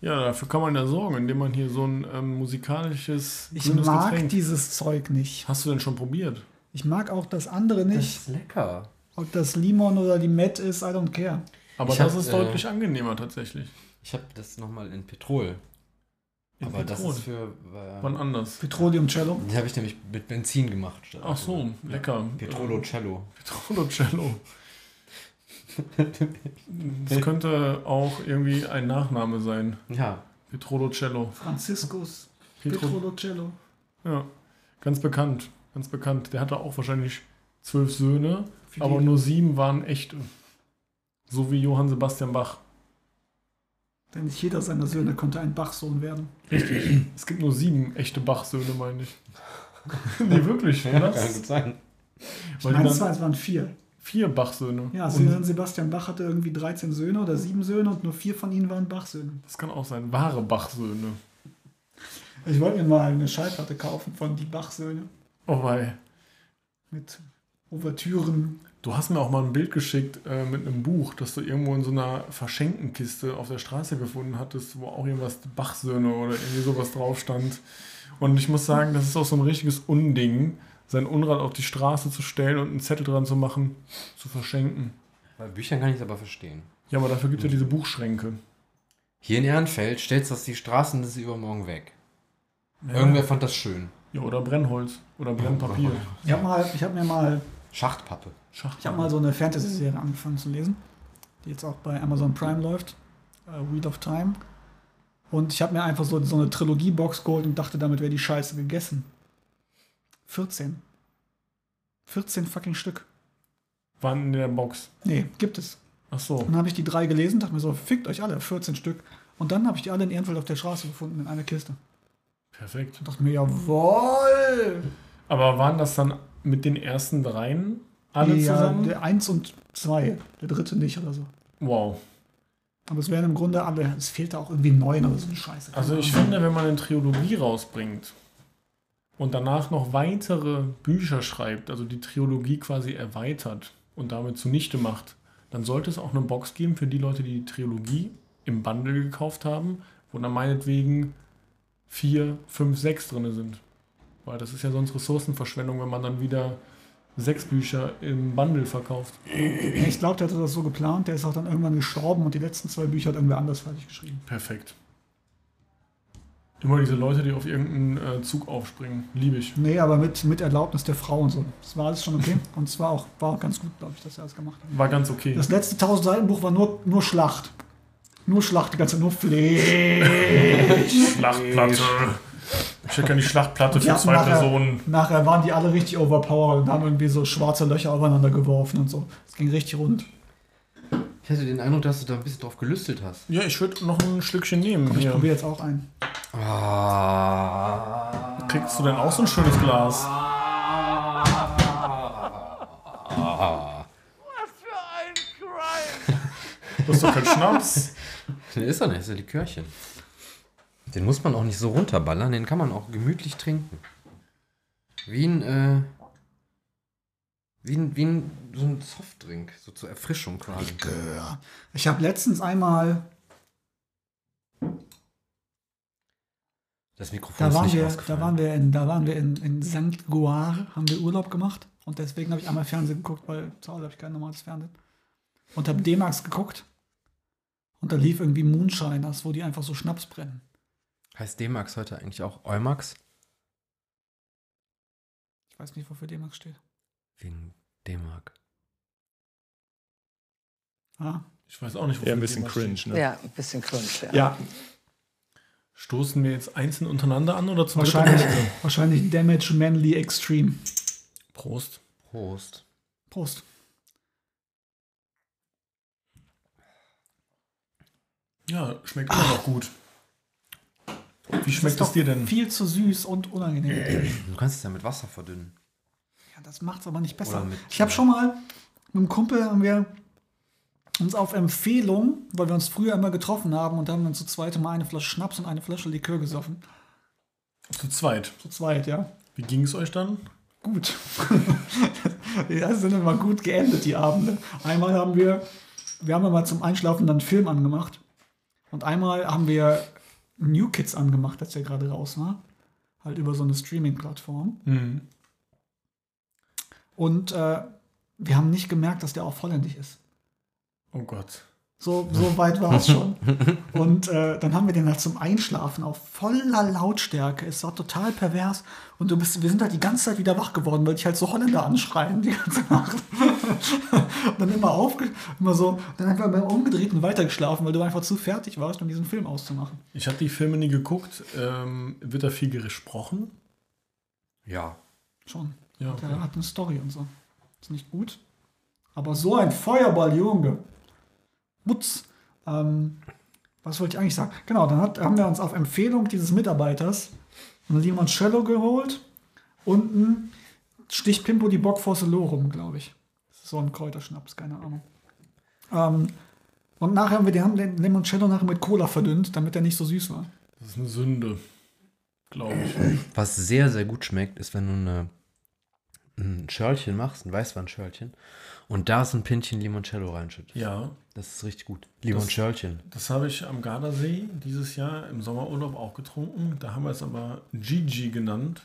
Ja, dafür kann man ja sorgen, indem man hier so ein ähm, musikalisches
Ich
grünes
mag
Getränk-
dieses Zeug nicht.
Hast du denn schon probiert?
Ich mag auch das andere nicht.
ist lecker.
Ob das Limon oder die Met ist, I don't care.
Aber
Ich
das
hab,
ist
äh,
deutlich angenehmer tatsächlich.
Ich habe das nochmal in Petrol.
In
Aber das
Petrol.
ist für. äh,
Wann anders?
Petroleum Cello.
Den habe ich nämlich mit Benzin gemacht. statt
Ach so,
Alkohol.
lecker.
Petrolo Cello.
Petrolo Cello. Das könnte auch irgendwie ein Nachname sein.
Ja.
Petrolo Cello.
Franziskus
Petro-
Petrolocello.
Ja, ganz bekannt. Ganz bekannt. Der hatte auch wahrscheinlich zwölf Söhne,
Fidel.
aber nur sieben waren echte. So wie Johann Sebastian Bach.
Denn nicht jeder seiner Söhne konnte ein Bachsohn werden.
Richtig. es gibt nur sieben echte Bach-Söhne, meine ich. nee, wirklich.
Ja,
oder?
kann gut sein.
Ich
Weil die
meine,
dann-
es waren- es waren vier.
Vier Bach-Söhne.
Ja,
Und-
Johann Sebastian Bach hatte irgendwie 13 Söhne oder sieben Söhne und nur vier von ihnen waren Bachsöhne.
Das kann auch sein. Wahre Bach-Söhne.
Ich wollte mir mal eine Schallplatte kaufen von die Bachsöhne
Oh wei.
mit Ouvertüren.
Du hast mir auch mal ein Bild geschickt äh, mit einem Buch, das du irgendwo in so einer Verschenkenkiste auf der Straße gefunden hattest, wo auch irgendwas Bachsöhne oder irgendwie sowas drauf stand. Und ich muss sagen, das ist auch so ein richtiges Unding, sein Unrat auf die Straße zu stellen und einen Zettel dran zu machen, zu verschenken.
Bei Büchern kann ich es aber verstehen.
Ja, aber dafür gibt es ja diese Buchschränke.
Hier in Ehrenfeld stellst du das die Straßen das ist übermorgen weg.
Ja.
Irgendwer fand das schön.
Ja, oder Brennholz oder Brennpapier.
Ich habe mal, ich habe mir mal,
Schachtpappe.
ich habe mal so eine Fantasy-Serie angefangen zu lesen, die jetzt auch bei Amazon Prime läuft, äh, Wheel of Time. Und ich habe mir einfach so, so eine Trilogie-Box geholt und dachte, damit wäre die Scheiße gegessen. 14. 14 fucking Stück.
Waren in der Box.
Nee, gibt es.
Ach so.
Und dann habe ich die drei gelesen, dachte mir so, fickt euch alle, 14 Stück. Und dann habe ich die alle in Ehrenfeld auf der Straße gefunden, in einer Kiste.
Perfekt.
Dachte mir, jawohl!
Aber waren das dann mit den ersten dreien alle
ja,
zusammen?
Der eins und zwei, der dritte nicht oder so.
Wow.
Aber es wären im Grunde alle, es fehlte auch irgendwie neun oder so eine Scheiße. Keine
Also ich
Ahnung.
finde, wenn man eine Trilogie rausbringt und danach noch weitere Bücher schreibt, also die Trilogie quasi erweitert und damit zunichte macht, dann sollte es auch eine Box geben für die Leute, die die Trilogie im Bundle gekauft haben, wo dann meinetwegen vier, fünf, sechs drin sind. Weil das ist ja sonst Ressourcenverschwendung, wenn man dann wieder sechs Bücher im Bundle verkauft.
Ja, Ich glaube, der hatte das so geplant, der ist auch dann irgendwann gestorben und die letzten zwei Bücher hat irgendwer anders fertig geschrieben.
Perfekt. Immer diese Leute, die auf irgendeinen äh, Zug aufspringen. Liebe ich.
Nee, aber mit, mit Erlaubnis der Frau und so. Das war alles schon okay. und es war auch, war auch ganz gut, glaube ich, dass er das gemacht hat.
War ganz okay.
Das letzte 1000 Seiten Buch war nur, nur Schlacht. Nur Schlacht, die ganze Zeit nur Fleisch.
Schlachtplatte. Ich hätte gerne die Schlachtplatte
Und die
für
hatten
zwei
nachher,
Personen.
Nachher waren die alle richtig overpowered und haben irgendwie so schwarze Löcher aufeinander geworfen und so. Es ging richtig rund.
Ich hatte den Eindruck, dass du da ein bisschen drauf gelüstet hast.
Ja, ich würde noch ein Schlückchen nehmen.
Ich
hier.
probiere jetzt auch einen.
Ah.
Kriegst du denn auch so ein schönes Glas?
ah.
Das ist doch kein Schnaps.
Den ist er nicht, das ist ja Likörchen. Den muss man auch nicht so runterballern, den kann man auch gemütlich trinken. Wie ein, äh, wie ein, wie ein, so ein Softdrink, so zur Erfrischung quasi.
Likör. Ich habe letztens einmal,
Das Mikrofon
da
ist
waren
nicht
wir, da
ausgefallen.
waren wir in, da waren wir in, in St. Goar, haben wir Urlaub gemacht und deswegen habe ich einmal Fernsehen geguckt, weil zu Hause habe ich kein normales Fernsehen. Und habe D-Max geguckt und da lief irgendwie Moonshiners, wo die einfach so Schnaps brennen.
Heißt D-Max heute eigentlich auch Eumax?
Ich weiß nicht, wofür D-Max steht.
Wegen D-Mark.
Ah,
Ich weiß auch nicht,
Eher ein
das
bisschen
Thema steht.
cringe, ne?
Ja, ein bisschen cringe, ja.
Ja.
Stoßen wir jetzt einzeln untereinander an oder zum
wahrscheinlich,
Dritten?
wahrscheinlich Damage Manly Extreme.
Prost.
Prost.
Prost.
Ja, schmeckt immer noch gut. Wie
Das ist
schmeckt es
doch
dir denn?
Viel zu süß und unangenehm.
Du kannst es ja mit Wasser verdünnen.
Ja, das macht's aber nicht besser.
Oder mit-
ich habe schon mal mit einem Kumpel haben wir uns auf Empfehlung, weil wir uns früher immer getroffen haben und haben dann zu zweit mal eine Flasche Schnaps und eine Flasche Likör gesoffen.
Zu zweit.
Zu zweit, ja.
Wie ging es euch dann?
Gut. das sind immer gut geendet, die Abende. Einmal haben wir, wir haben immer zum Einschlafen dann einen Film angemacht. Und einmal haben wir New Kids angemacht, als der gerade raus war. Halt über so eine Streaming-Plattform.
Mhm.
Und äh, wir haben nicht gemerkt, dass der auch holländisch ist.
Oh Gott.
So, so weit war es schon. Und äh, dann haben wir den halt zum Einschlafen auf voller Lautstärke. Es war total pervers. Und du bist, wir sind halt die ganze Zeit wieder wach geworden, weil ich halt so Holländer anschreien die ganze Nacht. und dann immer aufge immer so, dann einfach mal umgedreht und weitergeschlafen, weil du einfach zu fertig warst, um diesen Film auszumachen.
Ich habe die Filme nie geguckt. Ähm, wird da viel gesprochen?
Ja.
Schon.
Ja,
Der
okay.
hat eine Story und so. Ist nicht gut. Aber so ein Feuerball, Junge. Mutz. Ähm, was wollte ich eigentlich sagen? Genau, dann hat, haben wir uns auf Empfehlung dieses Mitarbeiters einen Simon Cello geholt und einen Stich Pimpo di Bock Fossilorum, glaube ich. So ein Kräuterschnaps, keine Ahnung. Ähm, und nachher haben wir die haben den Limoncello nachher mit Cola verdünnt, damit er nicht so süß war.
Das ist eine Sünde. Glaube ich.
Was sehr, sehr gut schmeckt, ist, wenn du eine, ein Schörlchen machst, ein Weißweinschörlchen, und da ist ein Pinchen Limoncello reinschüttest.
Ja.
Das ist richtig gut.
Das-
Limoncellochen.
Das habe ich am Gardasee dieses Jahr im Sommerurlaub auch getrunken. Da haben wir es aber Gigi genannt.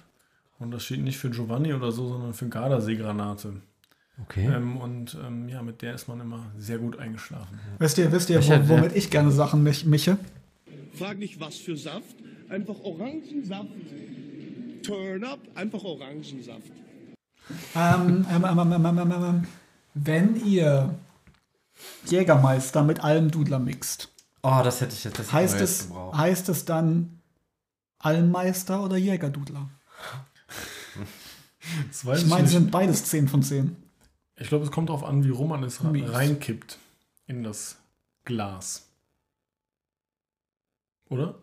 Und das steht nicht für Giovanni oder so, sondern für Gardasee-Granate.
Okay.
Ähm, und ähm, ja, mit der ist man immer sehr gut eingeschlafen.
Wisst ihr, wisst ihr,
Ich
wo,
hätte-
womit ich gerne Sachen mich, miche?
Frag nicht, was für Saft. Einfach Orangensaft. Turn up, einfach Orangensaft.
Ähm, ähm, ähm, ähm, ähm, ähm, ähm, ähm. Wenn ihr Jägermeister mit Almdudler mixt,
Oh, das hätte ich jetzt. Das
heißt es, heißt es dann Almmeister oder Jägerdudler?
Das weiß
ich meine,
nicht.
sind beides 10 von 10.
Ich glaube, es kommt darauf an, wie rum man es ra-
Mies.
reinkippt in das Glas. Oder?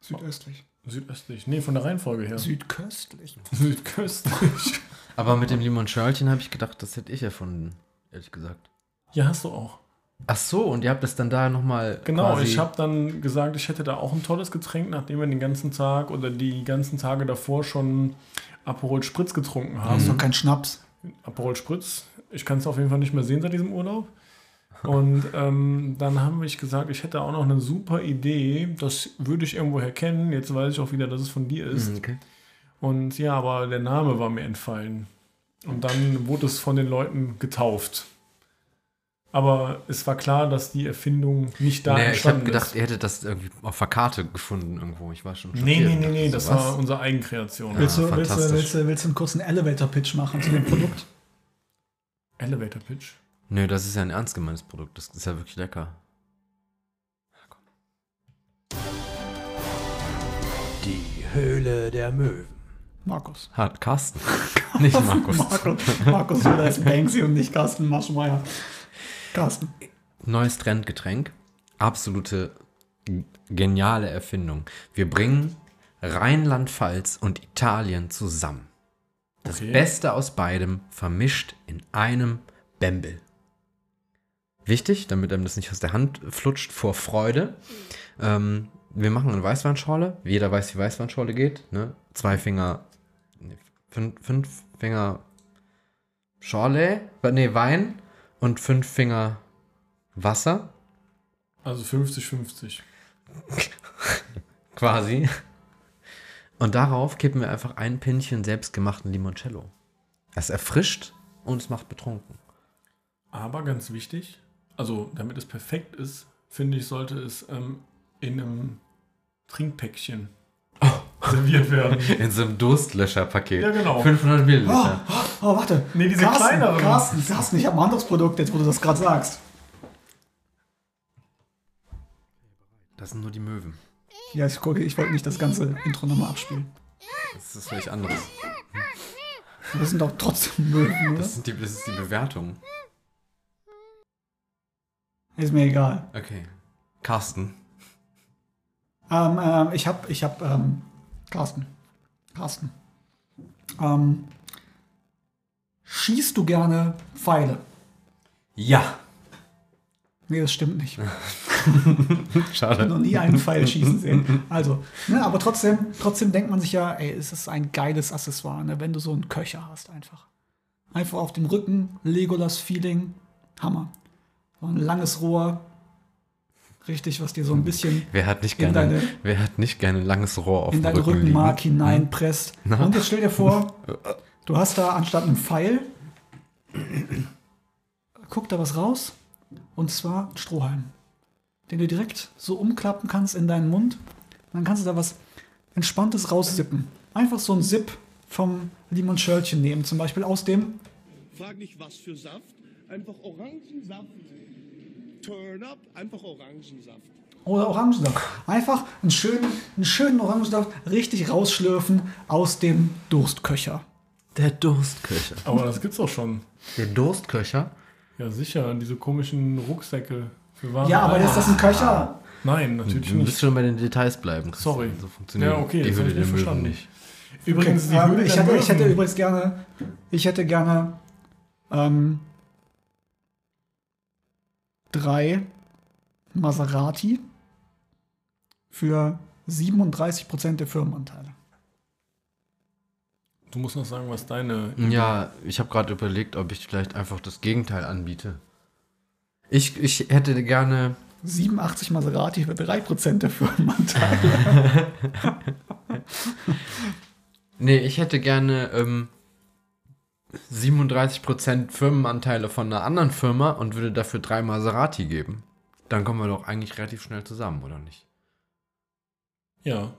Südöstlich.
Südöstlich. Mhm. Nee, von der Reihenfolge her.
Südköstlich.
Südköstlich.
Aber mit dem Limoncellochen habe ich gedacht, das hätte ich erfunden, ehrlich gesagt.
Ja, hast du auch.
Ach so, und ihr habt das dann da nochmal.
Genau, ich habe dann gesagt, ich hätte da auch ein tolles Getränk, nachdem wir den ganzen Tag oder die ganzen Tage davor schon Aperol Spritz getrunken haben.
Mhm.
Hast doch keinen Schnaps.
Aperol Spritz. Ich kann es auf jeden Fall nicht mehr sehen seit diesem Urlaub. Und ähm, dann habe ich gesagt, ich hätte auch noch eine super Idee. Das würde ich irgendwoher kennen. Jetzt weiß ich auch wieder, dass es von dir ist.
Mhm, okay.
Und ja, aber der Name war mir entfallen. Und dann wurde es von den Leuten getauft. Aber es war klar, dass die Erfindung nicht da
Nee, ich habe
entstanden
gedacht,
ist.
ihr hättet das irgendwie auf der Karte gefunden irgendwo. Ich war schon.
Nee, nee,
schockiert.
nee, nee,
Ich
das
dachte so,
war
was?
unsere Eigenkreation.
Ja,
willst, du, willst, du,
fantastisch.
willst, du, willst du einen kurzen Elevator-Pitch machen zu dem Produkt?
Elevator Pitch.
Nö, das ist ja ein ernst gemeintes Produkt. Das ist ja wirklich lecker.
Die Höhle der Möwen.
Markus.
Hat Carsten. nicht Markus.
Markus, Markus Söder ist Banksy und nicht Carsten Maschmeyer. Carsten.
Neues Trendgetränk. Absolute g- geniale Erfindung. Wir bringen Rheinland-Pfalz und Italien zusammen. Das
Okay.
Beste aus beidem vermischt in einem Bembel. Wichtig, damit einem das nicht aus der Hand flutscht vor Freude. Ähm, wir machen eine Weißweinschorle. Jeder weiß, wie Weißweinschorle geht. Ne? Zwei Finger, nee, fünf, fünf Finger Schorle, nee, Wein und fünf Finger Wasser.
Also 50-50.
Quasi. Und darauf kippen wir einfach ein Pinchen selbstgemachten Limoncello. Es erfrischt und es macht betrunken.
Aber ganz wichtig, also damit es perfekt ist, finde ich, sollte es ähm, in einem Trinkpäckchen serviert werden.
In so einem Durstlöscherpaket.
Ja, genau. Ah.
500 Milliliter.
Oh, oh, warte.
Nee, diese
Carsten,
kleineren.
Carsten, Carsten, ich habe ein anderes Produkt, jetzt wo du das gerade sagst.
Das sind nur die Möwen.
Ja, ich gucke, ich wollte nicht das ganze Intro nochmal abspielen.
Das ist vielleicht anderes.
Das sind doch trotzdem Möwen, oder?
Das, sind die, das ist die Bewertung.
Ist mir egal.
Okay. Carsten.
Ähm, ähm, ich hab, ich hab, ähm, Carsten. Carsten. Ähm, schießt du gerne Pfeile?
Ja.
Nee, das stimmt nicht. Ich
Schade.
habe noch nie einen Pfeil schießen sehen. Also, ne, aber trotzdem, trotzdem denkt man sich ja, ey, es ist ein geiles Accessoire, ne, wenn du so einen Köcher hast einfach. Einfach auf dem Rücken, Legolas-Feeling, Hammer. So ein langes Rohr, richtig, was dir so ein bisschen
Wer hat nicht
in
gerne,
deine,
wer hat nicht gerne ein langes Rohr auf
in
dem
dein
Rücken
Rückenmark
liegen? Hm?
hineinpresst.
Na?
Und jetzt stell dir vor, du hast da anstatt einem Pfeil, guckt da was raus Und zwar einen Strohhalm. Den du direkt so umklappen kannst in deinen Mund. Und dann kannst du da was Entspanntes raussippen. Einfach so ein Sip vom Limonschölchen nehmen. Zum Beispiel aus dem
Frag nicht was für Saft, einfach Orangensaft. Turn up, einfach Orangensaft.
Oder Orangensaft. Einfach einen schönen, einen schönen Orangensaft richtig rausschlürfen aus dem Durstköcher.
Der Durstköcher.
Aber das gibt's auch schon.
Der Durstköcher?
Ja, sicher, diese komischen Rucksäcke für Waren.
Ja, aber ist das ein Köcher?
Nein, natürlich
Du musst
nicht.
schon bei den Details bleiben. Christian.
Sorry.
So funktioniert
Ja, okay,
die
das hab
Höhle
ich
der
nicht
Möwen
verstanden.
nicht.
Übrigens, die
Ähm,
Höhle
ich,
der
hätte, ich hätte
Möwen.
übrigens gerne, ich hätte gerne ähm, drei Maserati für 37% der Firmenanteile.
Du musst noch sagen, was deine.
Ja, ich habe gerade überlegt, ob ich vielleicht einfach das Gegenteil anbiete. Ich, ich hätte gerne.
87 Maserati für 3% der Firmenanteile.
Nee, ich hätte gerne ähm, 37% Firmenanteile von einer anderen Firma und würde dafür drei Maserati geben. Dann kommen wir doch eigentlich relativ schnell zusammen, oder nicht?
Ja.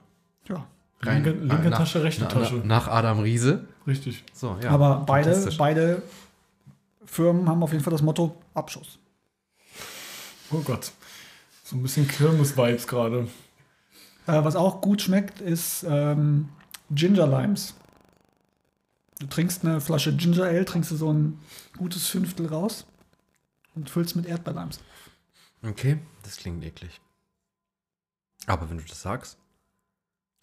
Ja.
Rein-
linke linke
äh, nach-
Tasche, rechte
na-
Tasche.
na- Nach Adam Riese.
Richtig.
So, ja.
Aber beide,
Fantastisch.
beide Firmen haben auf jeden Fall das Motto Abschuss.
Oh Gott. So ein bisschen Kirmes-Vibes gerade.
Äh, was auch gut schmeckt, ist ähm, Ginger Limes. Du trinkst eine Flasche Ginger Ale, trinkst du so ein gutes Fünftel raus und füllst mit Erdbeerlimes.
Okay, das klingt eklig. Aber wenn du das sagst.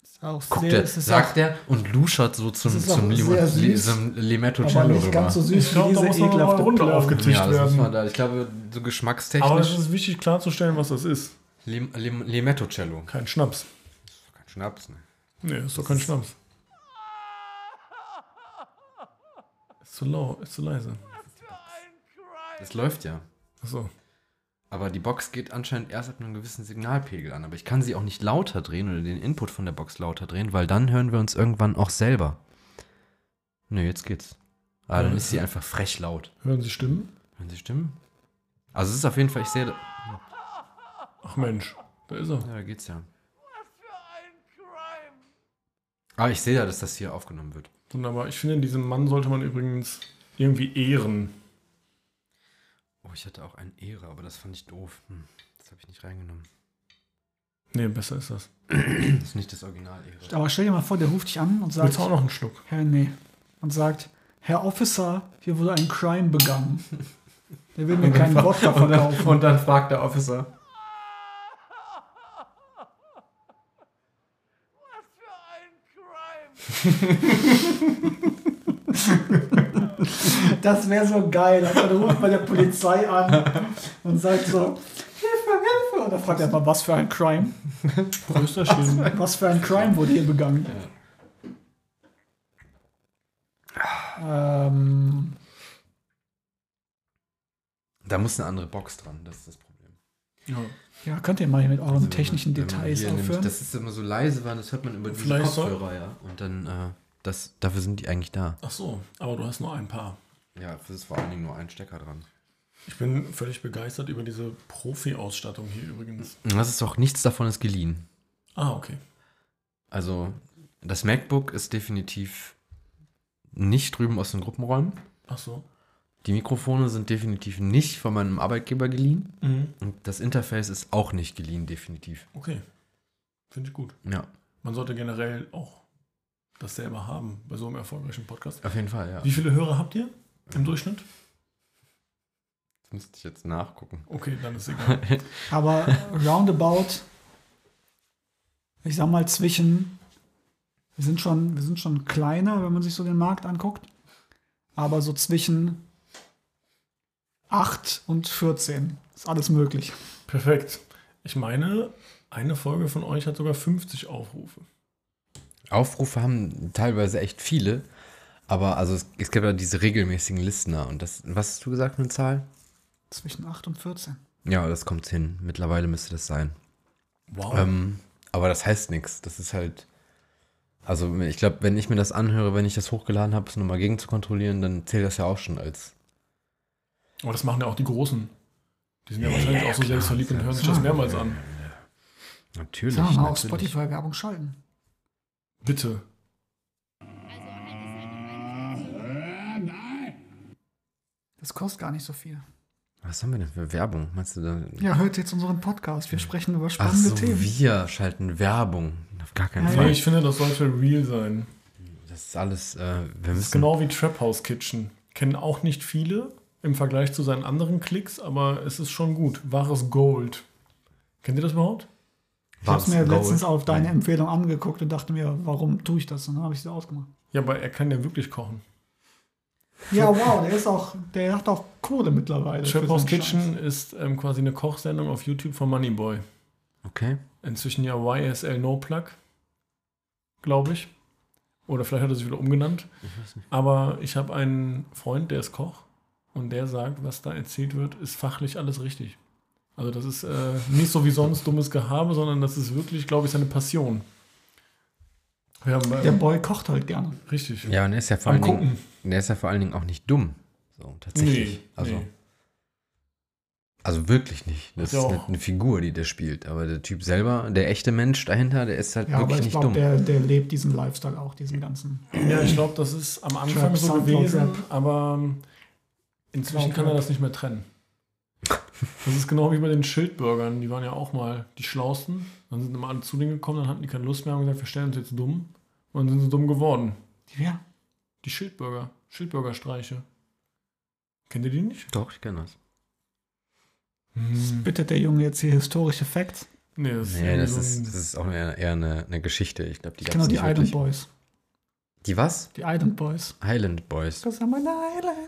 Ist auch
Guckt
sehr-
der,
es ist
sagt
auch-
der und luschert so zum,
es ist auch
zum, Limo,
sehr süß,
li, zum Limetto
aber
Cello
nicht
rüber.
ganz so süß
Ich glaub,
wie
da
diese
muss man noch mal
ekelhafte
runter
Plörre.
aufgetischt
ja, das muss man
werden.
da. Ich glaube, so
Aber es
geschmackstechnisch.
ist wichtig klarzustellen, was das ist.
Lim, Lim, Limetto Cello.
Kein Schnaps.
Kein Schnaps, ne?
Nee, ist doch kein Schnaps. Ist zu laut, ist zu leise.
Das läuft ja.
Achso.
Aber die Box geht anscheinend erst ab einem gewissen Signalpegel an. Aber ich kann sie auch nicht lauter drehen oder den Input von der Box lauter drehen, weil dann hören wir uns irgendwann auch selber. Nö, jetzt geht's. Aber dann ist sie einfach frech laut.
Hören Sie Stimmen?
Hören Sie Stimmen? Also es ist auf jeden Fall, ich sehe... da-
Ach Mensch, da ist er.
Ja, da geht's ja. Aber Ah, ich sehe ja, dass das hier aufgenommen wird.
Wunderbar. Ich finde, diesen Mann sollte man übrigens irgendwie ehren.
Oh, ich hatte auch einen Ehre, aber das fand ich doof. Hm, das habe ich nicht reingenommen.
Nee, besser ist das.
Das ist nicht das Original Ehre.
Aber stell dir mal vor, der ruft dich an und sagt.
Willst du auch noch einen Schluck?
Herr, nee. Und sagt, Herr Officer, hier wurde ein Crime begangen. Der will mir keinen Wodka verkaufen.
fragt der Officer.
Das wäre so geil. Also, der ruft bei der Polizei an und sagt so, Hilfe, Hilfe. Und dann fragt er mal, was für ein Crime?
Prösterchen.
Was für ein Crime wurde hier begangen? Ähm,
Da muss eine andere Box dran, das ist das Problem.
Ja.
ja, könnt ihr mal hier mit euren
Also wenn
technischen
man- wenn man
Details
hier nämlich-
aufhören?
Das ist immer so leise, weil das hört man über die
Vielleicht soll-
Kopfhörer, ja. Und dann, äh, das, dafür sind die eigentlich da.
Ach so, aber du hast nur ein paar.
Ja, es ist vor allen Dingen nur ein Stecker dran.
Ich bin völlig begeistert über diese Profi-Ausstattung hier übrigens.
Und das ist auch, nichts davon ist geliehen.
Ah, okay.
Also, das MacBook ist definitiv nicht drüben aus den Gruppenräumen.
Ach so.
Die Mikrofone sind definitiv nicht von meinem Arbeitgeber geliehen.
Mhm.
Und das Interface ist auch nicht geliehen, definitiv.
Okay. Finde ich gut.
Ja,
Man sollte generell auch das selber haben bei so einem erfolgreichen Podcast.
auf jeden Fall, ja.
Wie viele Hörer habt ihr im Durchschnitt?
Das müsste ich jetzt nachgucken.
Okay, dann ist egal.
Aber roundabout, ich sag mal zwischen, wir sind schon, wir sind schon kleiner, wenn man sich so den Markt anguckt, aber so zwischen 8 und 14 ist alles möglich.
Perfekt. Ich meine, eine Folge von euch hat sogar 50 Aufrufe.
Aufrufe haben teilweise echt viele, aber also es, es gibt ja diese regelmäßigen Listener und das, was hast du gesagt, eine Zahl?
Zwischen 8 und 14.
Ja, das kommt hin. Mittlerweile müsste das sein.
Wow.
Ähm, aber das heißt nichts. Das ist halt. Also, ich glaube, wenn ich mir das anhöre, wenn ich das hochgeladen habe, es nochmal gegen zu kontrollieren, dann zählt das ja auch schon als.
Aber das machen ja auch die Großen. Die sind ja wahrscheinlich auch so selbstverliebt und hören sich das mehrmals an.
Natürlich.
Sollen wir mal auf
natürlich.
Spotify-Werbung schalten?
Bitte.
Das kostet gar nicht so viel.
Was haben wir denn für Werbung? Meinst du da?
Ja, hört jetzt unseren Podcast. Wir sprechen über
Ach
spannende
so,
Themen.
wir schalten Werbung. Auf gar keinen
Nee,
Fall.
ich finde, das sollte real sein.
Das ist alles, äh, wir
Das ist
müssen.
genau wie Trap House Kitchen. Kennen auch nicht viele im Vergleich zu seinen anderen Klicks, aber es ist schon gut. Wahres Gold. Kennt ihr das überhaupt?
Ich habe es mir
Gold.
letztens auf deine Empfehlung angeguckt und dachte mir, warum tue ich das? Und dann habe ich es ausgemacht.
Ja, aber er kann ja wirklich kochen.
Ja, wow, der ist auch, der hat auch Kohle
Äh,
mittlerweile. für
Trap House
seinen
Kitchen ist ähm, quasi eine Kochsendung auf YouTube von Moneyboy.
Okay.
Inzwischen ja YSL No Plug, glaube ich. Oder vielleicht hat er sich wieder umgenannt.
Ich weiß nicht.
Aber ich habe einen Freund, der ist Koch und der sagt, was da erzählt wird, ist fachlich alles richtig. Also das ist äh, nicht so wie sonst dummes Gehabe, sondern das ist wirklich, glaube ich, seine Passion. Wir haben,
Scheiß.
äh,
Der Boy kocht halt gerne.
Richtig.
Ja, und er ist ja vor
Am
allen Dingen, der ist ja vor allen Dingen auch nicht dumm. So, tatsächlich.
Nee,
also,
nee.
also wirklich nicht. Das
Ja,
ist
auch.
eine, eine Figur, die der spielt. Aber der Typ selber, der echte Mensch dahinter, der ist halt
Ja, aber
wirklich
ich
nicht
glaube,
dumm.
der, der lebt diesen Lifestyle auch, diesen ganzen.
Ja, ich glaube, das ist am Anfang
Trap,
so
Soundcloud
gewesen,
Rap.
aber ähm,
Cloud
inzwischen kann er
Rap.
das nicht mehr trennen. Das ist genau wie bei den Schildbürgern, die waren ja auch mal die Schlausten. Dann sind immer alle zu denen gekommen, dann hatten die keine Lust mehr und haben gesagt, wir stellen uns jetzt dumm. Und dann sind sie dumm geworden.
Ja.
Die Schildbürger, Schildbürgerstreiche. Kennt ihr die nicht?
Doch, ich kenne das.
Bittet der Junge jetzt hier historische Facts?
Nee, das
Hm. Nee,
irgendwie
das
so
ist,
ein-
das ist auch eher, eher eine, eine Geschichte. Ich glaube, die
Ich
gab
kenne
es
nur Genau, die
nicht
Island
wirklich.
Boys.
Die was?
Die Island Boys.
Highland Boys.
Das haben wir Island.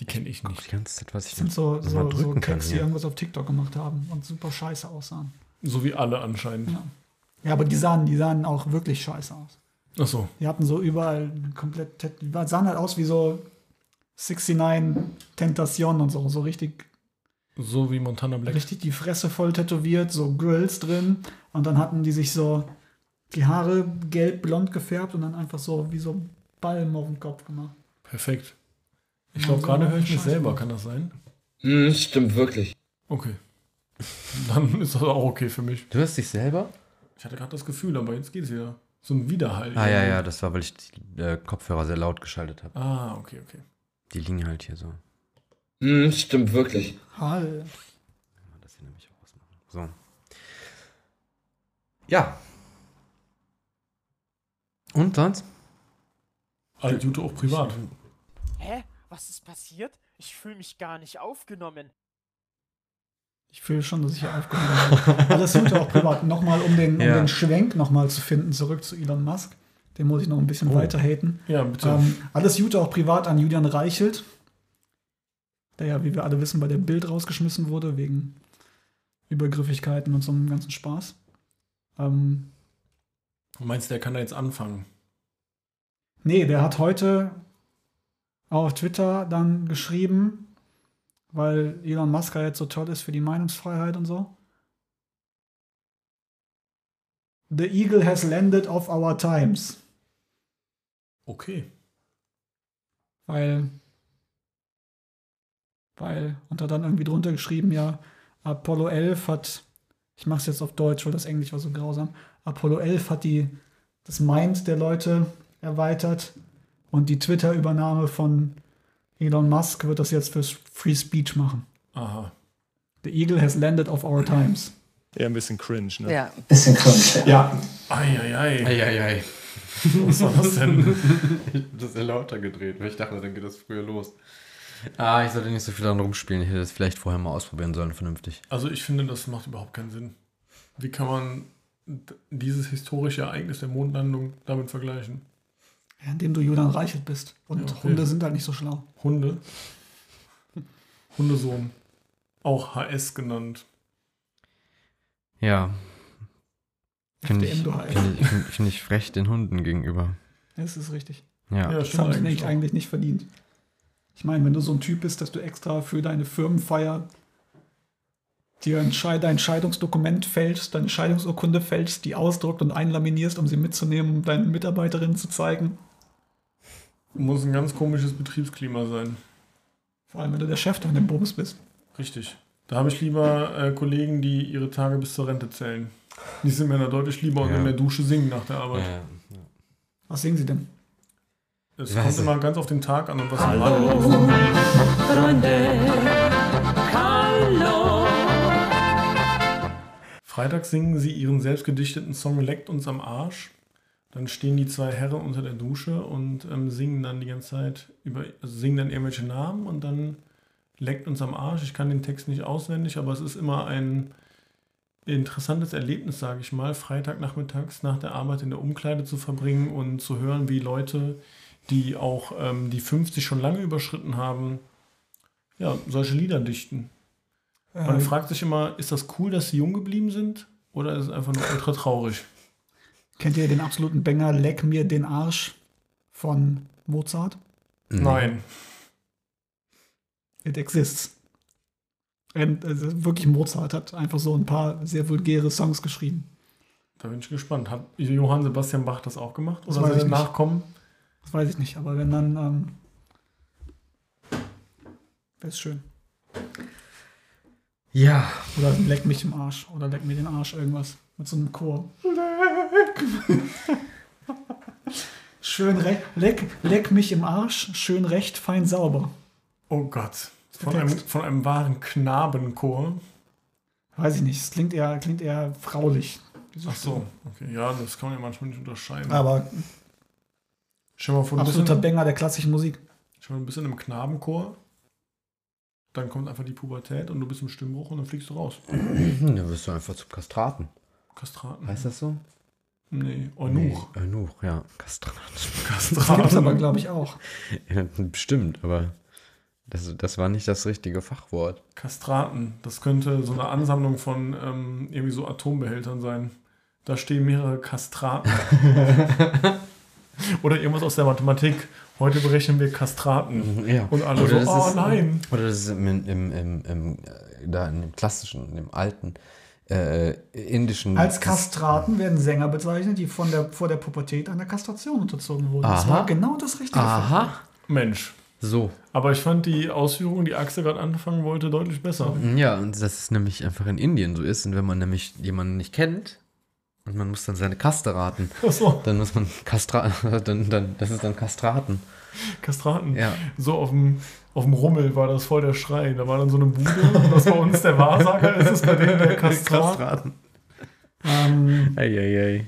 die kenne ich
Guck
nicht.
die ganze Zeit, was ich
Das sind so,
noch mal
so, so
drücken kann.
Keks, die
Hier.
irgendwas auf TikTok gemacht haben und super scheiße aussahen.
So wie alle anscheinend.
Ja. Ja, aber die sahen, die sahen auch wirklich scheiße aus.
Ach so.
Die hatten so überall komplett, Tat- die war- sahen halt aus wie so 69 Tentacion und so, so richtig,
So wie Montana Black.
richtig die Fresse voll tätowiert, so Grills drin und dann hatten die sich so die Haare gelb-blond gefärbt und dann einfach so wie so Ballen auf den Kopf gemacht.
Perfekt. Ich glaube, gerade höre ich mich selber. Kann das sein?
Hm, stimmt wirklich.
Okay. Dann ist das auch okay für mich.
Du hörst dich selber?
Ich hatte gerade das Gefühl, aber jetzt geht's wieder. So ein Widerhall.
Ah, ja, ja, das war, weil ich die äh, Kopfhörer sehr laut geschaltet habe.
Ah, okay, okay.
Die liegen halt hier so.
Hm, stimmt wirklich.
Hall.
So. Ja. Und sonst?
Alles Gute auch privat.
Hä? Was ist passiert? Ich fühle mich gar nicht aufgenommen.
Ich fühle schon, dass ich hier aufgenommen habe. Aber das tut er auch privat. Nochmal, um den, um
Ja.
den Schwenk nochmal zu finden, zurück zu Elon Musk. Den muss ich noch ein bisschen
Oh.
weiter haten.
Ja, bitte.
Ähm, alles Gute auch privat an Julian Reichelt, der ja, wie wir alle wissen, bei dem Bild rausgeschmissen wurde, wegen Übergriffigkeiten und so einem ganzen Spaß. Ähm,
Du meinst, der kann da jetzt anfangen?
Nee, der hat heute auf Twitter dann geschrieben, weil Elon Musk ja jetzt so toll ist für die Meinungsfreiheit und so. The Eagle has landed of our times.
Okay.
Weil. Weil. Und hat dann irgendwie drunter geschrieben, ja, Apollo 11 hat. Ich mach's jetzt auf Deutsch, weil das Englisch war so grausam. Apollo 11 hat die, das Mind der Leute erweitert und die Twitter-Übernahme von Elon Musk wird das jetzt fürs Free Speech machen.
Aha.
The Eagle has landed of our times.
Eher ein bisschen cringe, ne?
Ja.
Bisschen cringe, ja.
Eieiei.
Eieiei.
Was war das denn?
Ich hab das sehr lauter gedreht, weil ich dachte, dann geht das früher los. Ah, ich sollte nicht so viel daran rumspielen. Ich hätte das vielleicht vorher mal ausprobieren sollen, vernünftig.
Also ich finde, das macht überhaupt keinen Sinn. Wie kann man d- dieses historische Ereignis der Mondlandung damit vergleichen?
Ja, Indem du Julian Reichelt bist. Und
Ja, okay.
Hunde sind halt nicht so schlau.
Hunde. Hundesohn. Auch HS genannt.
Ja. Finde ich,
FDM, du
find ich, find, find ich frech den Hunden gegenüber.
Das ist richtig.
Ja. Ja,
das
stimmt
haben sie
eigentlich
eigentlich,
auch.
eigentlich nicht verdient. Ich meine, wenn du so ein Typ bist, dass du extra für deine Firmenfeier dir ein, Schei- dein Scheidungsdokument fälschst, deine Scheidungsurkunde fälschst, die ausdruckt und einlaminierst, um sie mitzunehmen, um deinen Mitarbeiterinnen zu zeigen.
Muss ein ganz komisches Betriebsklima sein.
Vor allem, wenn du der Chef dann im Bums bist.
Richtig. Da habe ich lieber äh, Kollegen, die ihre Tage bis zur Rente zählen. Die sind mir da deutlich lieber und
Ja.
in der Dusche singen nach der Arbeit.
Was singen sie denn?
Es
Ich weiß
kommt
nicht.
immer ganz auf den Tag an und was
Hallo,
gerade läuft. Freitag singen sie ihren selbstgedichteten Song Leckt uns am Arsch. Dann stehen die zwei Herren unter der Dusche und ähm, singen dann die ganze Zeit über, also singen dann irgendwelche Namen und dann leckt uns am Arsch. Ich kann den Text nicht auswendig, aber es ist immer ein interessantes Erlebnis, sage ich mal, Freitagnachmittags nach der Arbeit in der Umkleide zu verbringen und zu hören, wie Leute, die auch ähm, die 50 schon lange überschritten haben, ja, solche Lieder dichten. Man
Ähm.
fragt sich immer, ist das cool, dass sie jung geblieben sind oder ist es einfach nur ultra traurig?
Kennt ihr den absoluten Banger Leck mir den Arsch von Mozart?
Nein.
It exists. Und, also wirklich Mozart hat einfach so ein paar sehr vulgäre Songs geschrieben.
Da bin ich gespannt. Hat Johann Sebastian Bach das auch gemacht?
Das
Oder
weiß ich
seine
nicht.
Nachkommen?
Das weiß ich nicht, aber wenn dann, ähm, wäre es schön.
Ja.
Oder leck mich im Arsch oder leck mir den Arsch irgendwas mit so einem Chor. Schön recht, leck, leck mich im Arsch, schön recht, fein sauber.
Oh Gott. Von
Der
einem,
Text.
von einem wahren Knabenchor.
Weiß ich nicht, es klingt eher, klingt eher fraulich. diese
Ach so,
Stimme.
okay. Ja, das kann man ja manchmal nicht unterscheiden.
Aber
Stell dir mal vor, du bist
absoluter
in-
Banger der klassischen Musik.
Schon ein bisschen im Knabenchor. Dann kommt einfach die Pubertät und du bist im Stimmbruch und dann fliegst du raus.
Dann wirst du einfach zum Kastraten.
Kastraten.
Heißt das so?
Nee, Eunuch.
Nee, Eunuch, ja. Kastrat.
Kastraten. Das gibt's aber, glaub ich,
auch.
Ja, bestimmt, aber das, das war nicht das richtige Fachwort.
Kastraten. Das könnte so eine Ansammlung von ähm, irgendwie so Atombehältern sein. Da stehen mehrere Kastraten. Oder irgendwas aus der Mathematik. Heute berechnen wir Kastraten. Und alle so,
das
oh
ist-
nein.
Mhm, Oder das ist im, im, im, im, äh, da in dem klassischen, in dem alten äh, indischen.
Als Kastraten werden Sänger bezeichnet, die von der, vor der Pubertät einer Kastration unterzogen wurden. Das
Aha.
war genau das richtige Fach.
Mensch.
So.
Aber ich fand die Ausführung, die Axel gerade anfangen wollte, deutlich besser.
Ja, und dass es nämlich einfach in Indien so ist. Und wenn man nämlich jemanden nicht kennt und man muss dann seine Kaste raten,
Ach so.
dann muss man Kastra dann, dann, das ist dann Kastraten.
Kastraten.
Ja.
So auf dem, auf dem Rummel war das voll der Schrei. Da war dann so eine Bude und das war uns der Wahrsager, ist es bei denen der Kastrat.
Ähm,
Eieiei.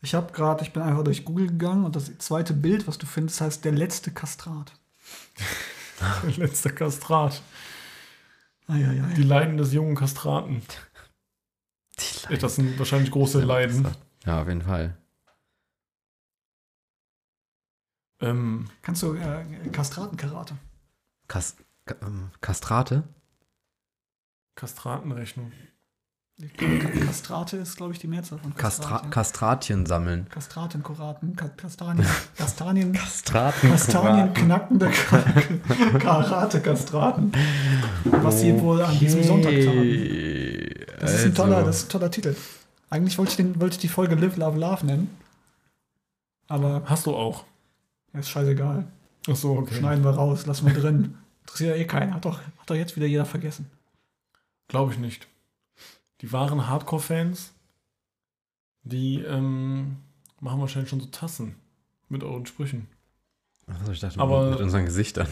ich habe gerade, ich bin einfach durch Google gegangen und das zweite Bild, was du findest, heißt der letzte Kastrat.
Der letzte Kastrat.
Eieiei.
Die Leiden des jungen Kastraten. Das sind wahrscheinlich große Leiden.
Ja, auf jeden Fall.
Ähm,
Kannst du äh, Kastratenkarate?
Kas Ka- ähm, Kastrate?
Kastratenrechnung.
Kastrate ist, glaube ich, die Mehrzahl von
Kastra
Kastrat.
Kastratien sammeln.
Kastraten, Koraten, Ka- Kastanien, Kastanien,
Kastraten, Koraten.
Kastanien, knackende Ka- Karate, Kastraten. Was sie wohl an diesem Sonntag
haben.
Das ist,
Also.
ein toller, das ist ein toller Titel. Eigentlich wollte ich, den, wollte ich die Folge Live, Love, Love nennen. Aber
Hast du auch.
ja, ist scheißegal.
Ach so, okay.
Schneiden wir raus, lassen wir drin. Interessiert ja eh keinen. Hat doch, hat doch jetzt wieder jeder vergessen.
Glaube ich nicht. Die wahren Hardcore-Fans, die ähm, machen wahrscheinlich schon so Tassen mit euren Sprüchen.
Achso, ich dachte
Aber-
mit unseren Gesichtern.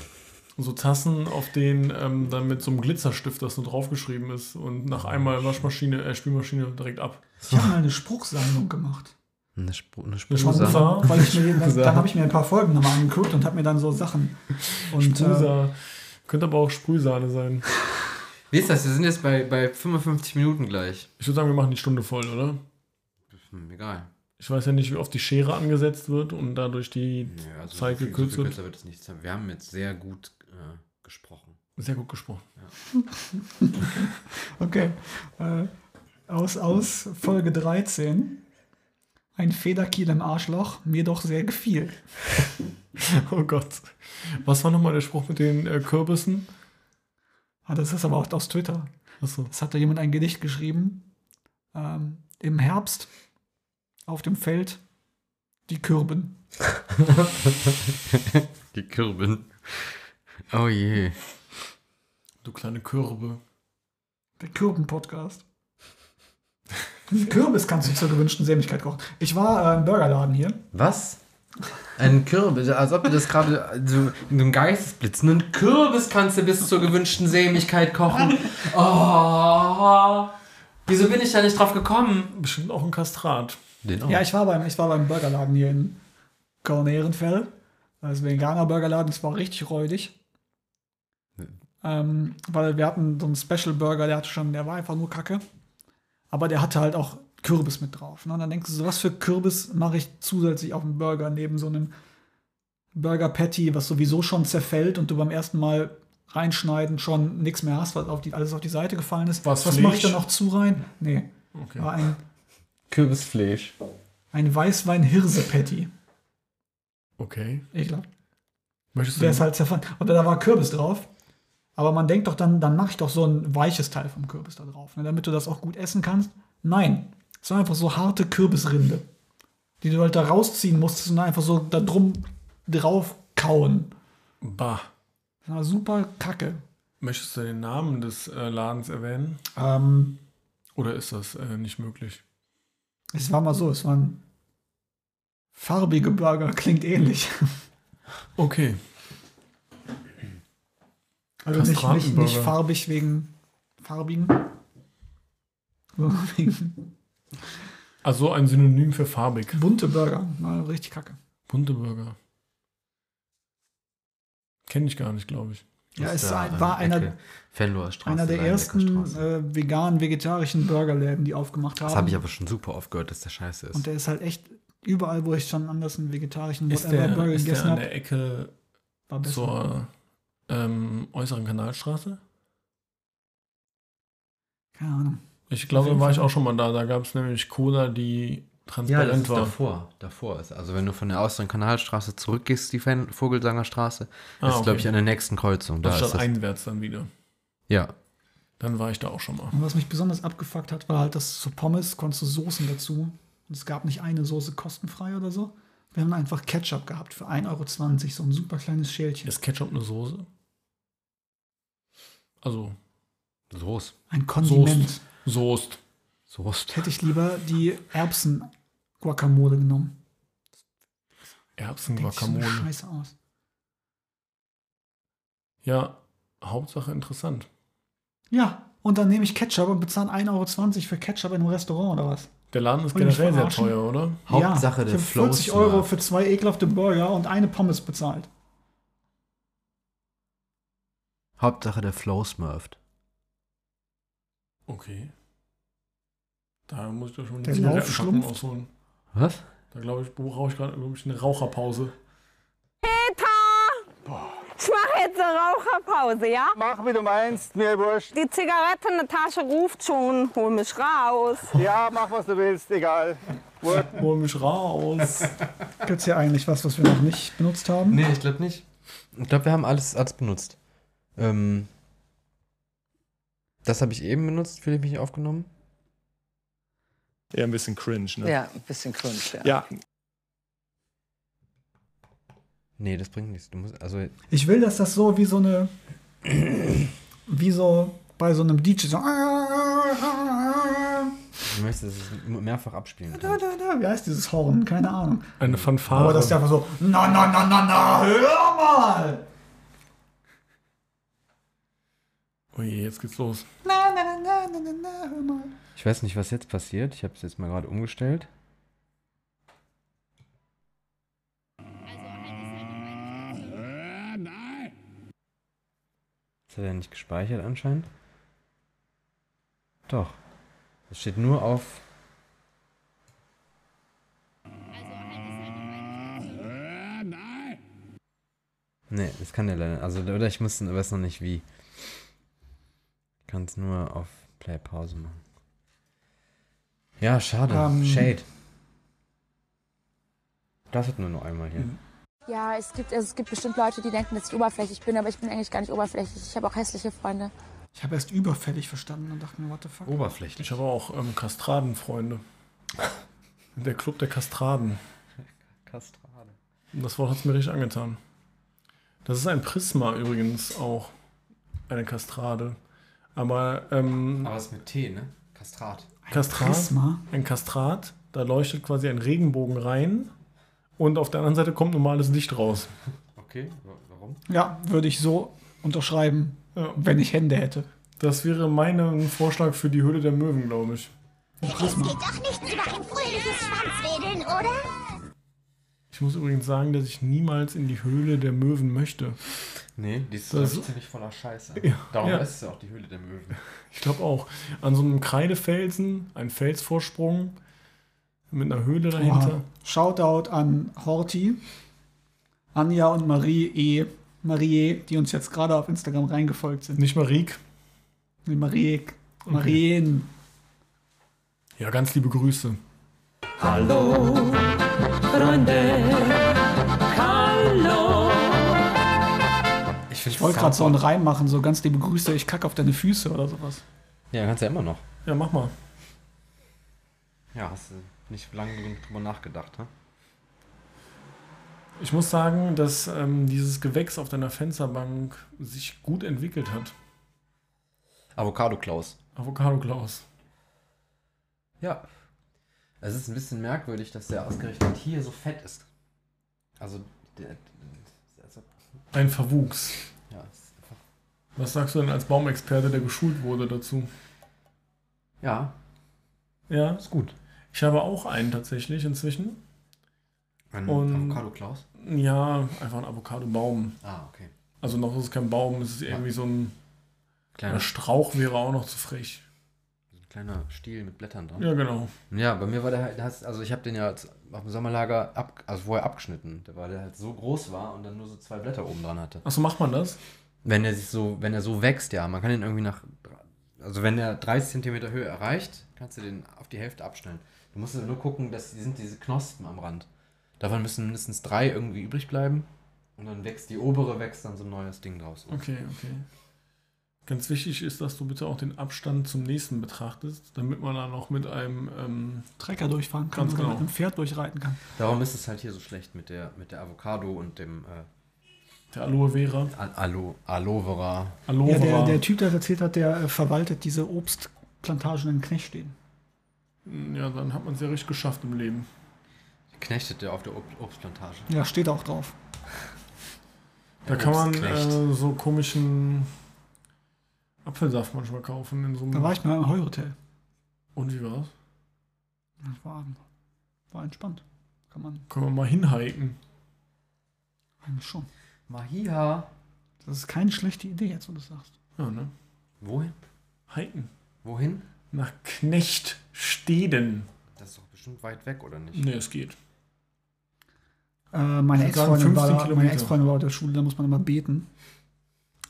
So Tassen, auf denen ähm, dann mit so einem Glitzerstift das so draufgeschrieben ist und nach einmal Waschmaschine, äh, Spülmaschine direkt ab.
Ich habe mal eine Spruchsammlung gemacht.
Eine, Spru eine
Spusa,
Spusa.
weil ich mir, dann,
Spusa.
dann habe ich mir ein paar Folgen nochmal angeguckt und habe mir dann so Sachen. Und äh,
Sprühsa Könnte aber auch Sprühsahne sein.
Wie ist das? Wir sind jetzt bei, bei 55 Minuten gleich.
Ich würde sagen, wir machen die Stunde voll, oder?
Hm, egal.
Ich weiß ja nicht, wie oft die Schere angesetzt wird und dadurch die
Ja, also
Zeit
so viel, so
gekürzt
viel
wird.
kürzer wird es nicht sein. Wir haben jetzt sehr gut äh, gesprochen.
Sehr gut gesprochen.
okay. Äh, aus, aus Folge 13. Ein Federkiel im Arschloch, mir doch sehr gefiel.
Oh Gott. Was war nochmal der Spruch mit den äh, Kürbissen?
Ah, das ist aber auch aus Twitter.
Achso.
Es hat da jemand ein Gedicht geschrieben. Ähm, Im Herbst auf dem Feld die Kürben.
Die Kirben. Oh je.
Du kleine Kürbe.
Der Kürben-Podcast. Ein Kürbis kannst du zur gewünschten Sämigkeit kochen. Ich war äh, im Burgerladen hier.
Was? Ein Kürbis, als ob du das gerade so in einem Geistesblitzen. Einen Kürbis kannst du bis zur gewünschten Sämigkeit kochen. Oh. Wieso bin ich da nicht drauf gekommen?
Bestimmt auch ein Kastrat.
Den
Ja, ich war beim, ich war beim Burgerladen hier in Korn-Ehrenfeld. Das ist ein veganer Burgerladen, das war richtig räudig. Ähm, weil wir hatten so einen Special Burger, der hatte schon, der war einfach nur Kacke. Aber der hatte halt auch Kürbis mit drauf. Ne? Und dann denkst du so, was für Kürbis mache ich zusätzlich auf einen Burger neben so einem Burger Patty, was sowieso schon zerfällt und du beim ersten Mal reinschneiden schon nichts mehr hast, weil auf die, alles auf die Seite gefallen ist.
Was,
was mache ich da
Fleisch?
noch zu rein? Nee.
Okay.
War ein,
Kürbisfleisch.
ein Weißwein-Hirse-Patty.
Okay.
Ekelhaft.
Möchtest du
Der ist halt zerfallen. Und da war Kürbis drauf. Aber man denkt doch dann, dann mache ich doch so ein weiches Teil vom Kürbis da drauf, ne, damit du das auch gut essen kannst. Nein, es waren einfach so harte Kürbisrinde, die du halt da rausziehen musstest und einfach so da drum drauf kauen.
bah.
Das war super kacke.
Möchtest du den Namen des äh, Ladens erwähnen?
Ähm,
Oder ist das äh, nicht möglich?
es war mal so, es waren farbige Burger, klingt ähnlich.
Okay.
Also nicht, nicht, nicht
Kastratenburger.
farbig wegen farbigen. sondern wegen
Also ein Synonym für farbig.
Bunte Burger, war richtig kacke.
Bunte Burger. Kenne ich gar nicht, glaube ich.
Ja, es ein- war einer,
Fenloer Straße,
einer der ersten äh, veganen, vegetarischen Burgerläden, die aufgemacht haben.
Das habe ich aber schon super oft gehört, dass der scheiße ist.
Und der ist halt echt überall, wo ich schon anders einen vegetarischen
Ist
whatever
der,
Burger
ist der
gegessen
an
habe.
der Ecke
War besser.
zur ähm, äußeren Kanalstraße?
Keine Ahnung.
Ich glaube, da war ich auch schon mal da. Da gab es nämlich Cola, die
ja, das
transparent
ist
war. Ah,
davor. Davor ist. Also wenn du von der Außeren Kanalstraße zurückgehst, die Fen- Vogelsanger Straße,
Ah,
ist, glaube
okay.
ich, an der nächsten Kreuzung. Da
Anstatt
ist das.
einwärts dann wieder.
Ja.
Dann war ich da auch schon mal.
Und was mich besonders abgefuckt hat, war halt, dass zu Pommes konntest du Soßen dazu. Und es gab nicht eine Soße kostenfrei oder so. Wir haben einfach Ketchup gehabt für 1,20 Euro, so ein super kleines Schälchen.
Ist Ketchup eine Soße? Also,
Soß.
Ein Kondiment.
Soest. Soest.
Soest.
Hätte ich lieber die Erbsen-Guacamole genommen.
Erbsen,
Denkt sich so eine
Guacamole.
Scheiße aus.
Ja, Hauptsache interessant.
Ja, und dann nehme ich Ketchup und bezahle 1,20 Euro für Ketchup in einem Restaurant oder was?
Der Laden ist
Wollt ihr mich
generell sehr
verarschen?
teuer, oder?
Hauptsache,
ja,
der
ich
Flow
habe 40
ist
Euro
smart.
für zwei ekelhafte Burger und eine Pommes bezahlt.
Hauptsache der Flow smurft.
Okay. Da muss ich doch schon
Der
die Zigarettenpackung
Lauf schlumpft.
ausholen.
Was?
Da glaube ich, brauche ich gerade irgendwie eine Raucherpause.
Peter! Ich mache jetzt eine Raucherpause, ja?
Mach, wie du meinst, mir wurscht.
Die Zigarette in der Tasche ruft schon, hol mich raus.
Ja, mach, was du willst, egal. Wurscht.
Hol mich raus.
Gibt's hier eigentlich was, was wir noch nicht benutzt haben?
Nee, ich glaube nicht. Ich glaube, wir haben alles, alles benutzt. Ähm, das habe ich eben benutzt, für mich aufgenommen.
Eher ein bisschen cringe, ne?
Ja, ein bisschen cringe, ja.
Ja,
Nee, das bringt nichts. Du musst, also,
Ich will, dass das so wie so eine. wie so bei so einem DJ so. ah,
du möchtest, dass es mehrfach abspielen kann.
Da, da, da, ah, Wie heißt dieses Horn? Keine Ahnung.
Eine Fanfare.
Aber das ist ja einfach so. Na, na, na, na, na, hör mal!
Oh je, jetzt geht's los.
Na, na, na, na, na, na, na, hör mal.
Ich weiß nicht, was jetzt passiert. Ich habe es jetzt mal gerade umgestellt. Das hat er nicht gespeichert anscheinend. Doch. Es steht nur auf. Nee, das kann der leider. Also, oder ich muss, weiß noch nicht wie. Ich kann es nur auf Play Pause machen. Ja, schade.
Ähm.
Shade. Das hat nur noch einmal hier.
Ja, es gibt, also es gibt bestimmt Leute, die denken, dass ich oberflächlich bin, aber ich bin eigentlich gar nicht oberflächlich. Ich habe auch hässliche Freunde.
Ich habe erst überfällig verstanden und dachte mir, what the fuck?
Oberflächlich.
Ich habe auch ähm, Kastradenfreunde. Der Club der Kastraden.
Kastrade.
Und Das Wort hat's mir richtig angetan. Das ist ein Prisma übrigens auch. Eine Kastrade. Aber. Ähm,
Aber das ist mit T, ne? Kastrat.
Ein Kastrat,
Prisma?
Ein Kastrat, da leuchtet quasi ein Regenbogen rein und auf der anderen Seite kommt normales Licht raus.
Okay, wa- warum?
Ja, würde ich so unterschreiben, äh, wenn ich Hände hätte.
Das wäre mein ähm, Vorschlag für die Höhle der Möwen, glaube ich.
Es geht doch nichts über ein fröhliches Schwanzwedeln, oder?
Ich muss übrigens sagen, dass ich niemals in die Höhle der Möwen möchte.
Nee, die ist
Das-
das ziemlich voller Scheiße.
Ja,
Darum
ja.
ist es ja auch die Höhle der Möwen.
Ich glaube auch. An so einem Kreidefelsen, ein Felsvorsprung mit einer Höhle dahinter.
Oha. Shoutout an Horti, Anja und Marie E. Marie, die uns jetzt gerade auf Instagram reingefolgt sind.
Nicht Mariek.
Nee, Marie. Marien.
Ja, ganz liebe Grüße.
Hallo, Freunde. Hallo.
Ich, find
Ich wollte gerade so einen Reim machen, so ganz liebe Grüße, ich kacke auf deine Füße oder sowas.
Ja, kannst ja immer noch.
Ja, mach mal.
Ja, hast du nicht lange genug drüber nachgedacht, ne?
Ich muss sagen, dass ähm, dieses Gewächs auf deiner Fensterbank sich gut entwickelt hat.
Avocado Klaus.
Avocado Klaus.
Ja. Es ist ein bisschen merkwürdig, dass der ausgerechnet hier so fett ist. Also, der, also
Ein Verwuchs.
ja, es ist einfach.
Was sagst du denn als Baumexperte, der geschult wurde dazu?
Ja,
Ja,
ist gut.
Ich habe auch einen tatsächlich inzwischen.
Ein
Und-
Avocado Klaus.
Ja, einfach ein Avocado-Baum.
Ah, okay.
Also noch ist es kein Baum, es ist irgendwie so ein
Kleiner.
Ein Strauch wäre auch noch zu frech.
Ein kleiner Stiel mit Blättern dran.
Ja, genau.
Ja, bei mir war der halt, das- also ich habe den ja als- auf dem Sommerlager, ab, also vorher abgeschnitten, weil der halt so groß war und dann nur so zwei Blätter oben dran hatte.
Achso, macht man das?
Wenn er sich so, wenn er so wächst, ja, man kann ihn irgendwie nach, also wenn er 30 cm Höhe erreicht, kannst du den auf die Hälfte abschneiden. Du musst nur gucken, dass die sind diese Knospen am Rand. Davon müssen mindestens drei irgendwie übrig bleiben und dann wächst die obere, wächst dann so ein neues Ding draus.
Okay, okay. Ganz wichtig ist, dass du bitte auch den Abstand zum nächsten betrachtest, damit man dann auch mit einem ähm,
Trecker durchfahren kann
Ganz
oder
genau.
mit einem Pferd durchreiten kann.
Darum ist es halt hier so schlecht mit der, mit der Avocado und dem äh,
Der Aloe Vera.
Al- Alo, Aloe Vera.
Aloe
Ja,
Vera.
der, der Typ, der das erzählt hat, der äh, verwaltet diese Obstplantagen in Knechtstehen.
ja, dann hat man es ja richtig geschafft im Leben.
Knechtet der auf der Ob- Obstplantage.
Ja, steht auch drauf.
Da
Der
kann man
Obstknecht.
äh, so komischen Apfelsaft manchmal kaufen in so einem.
Da war ich mal im Heuhotel.
Und wie war's?
Das war, war entspannt. Kann man
Können wir mal hinhiken.
eigentlich schon.
Mahia.
Das ist keine schlechte Idee, jetzt wo du das sagst.
Ja, ne?
Wohin?
Hiken.
Wohin?
Nach Knechtsteden.
Das ist doch bestimmt weit weg, oder nicht?
Nee, es geht.
Äh, meine
Ich würd sagen,
Ex-Freundin war,
15
da- meine
Kilometer.
Ex-Freundin war auf der Schule, da muss man immer beten.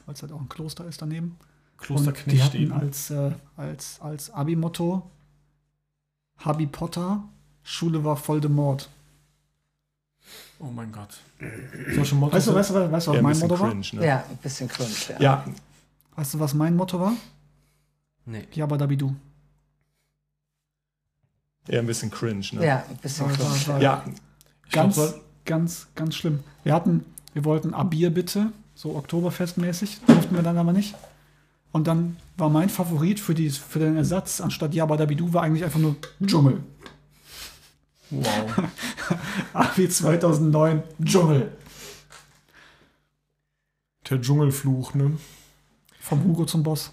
Weil es halt auch ein Kloster ist daneben.
Kloster
Und die hatten
Knechtsteden.
als, äh, als, als Abi-Motto Habi Potter, Schule war voll de Mord.
Oh mein Gott. Solche Mottos
Weißt du,
sind-
weißt du, weißt du, was
Ja, ein
mein
bisschen
Motto war?
cringe, ne?
Ja, ein bisschen cringe. Ja.
Ja,
Weißt du, was mein Motto war?
Nee.
Jabadabidu.
Ja, ein bisschen cringe, ne?
Ja, ein bisschen
War- war- war-
cringe.
Ja.
Ich
Ganz,
glaub, soll-
ganz, ganz schlimm. Wir hatten, wir wollten Abier bitte, so Oktoberfestmäßig, durften wir dann aber nicht. Und dann war mein Favorit für, die, für den Ersatz anstatt Jabadabidu war eigentlich einfach nur Dschungel.
Wow.
Abi 2009, Dschungel.
Der Dschungelfluch, ne?
Vom Hugo zum Boss.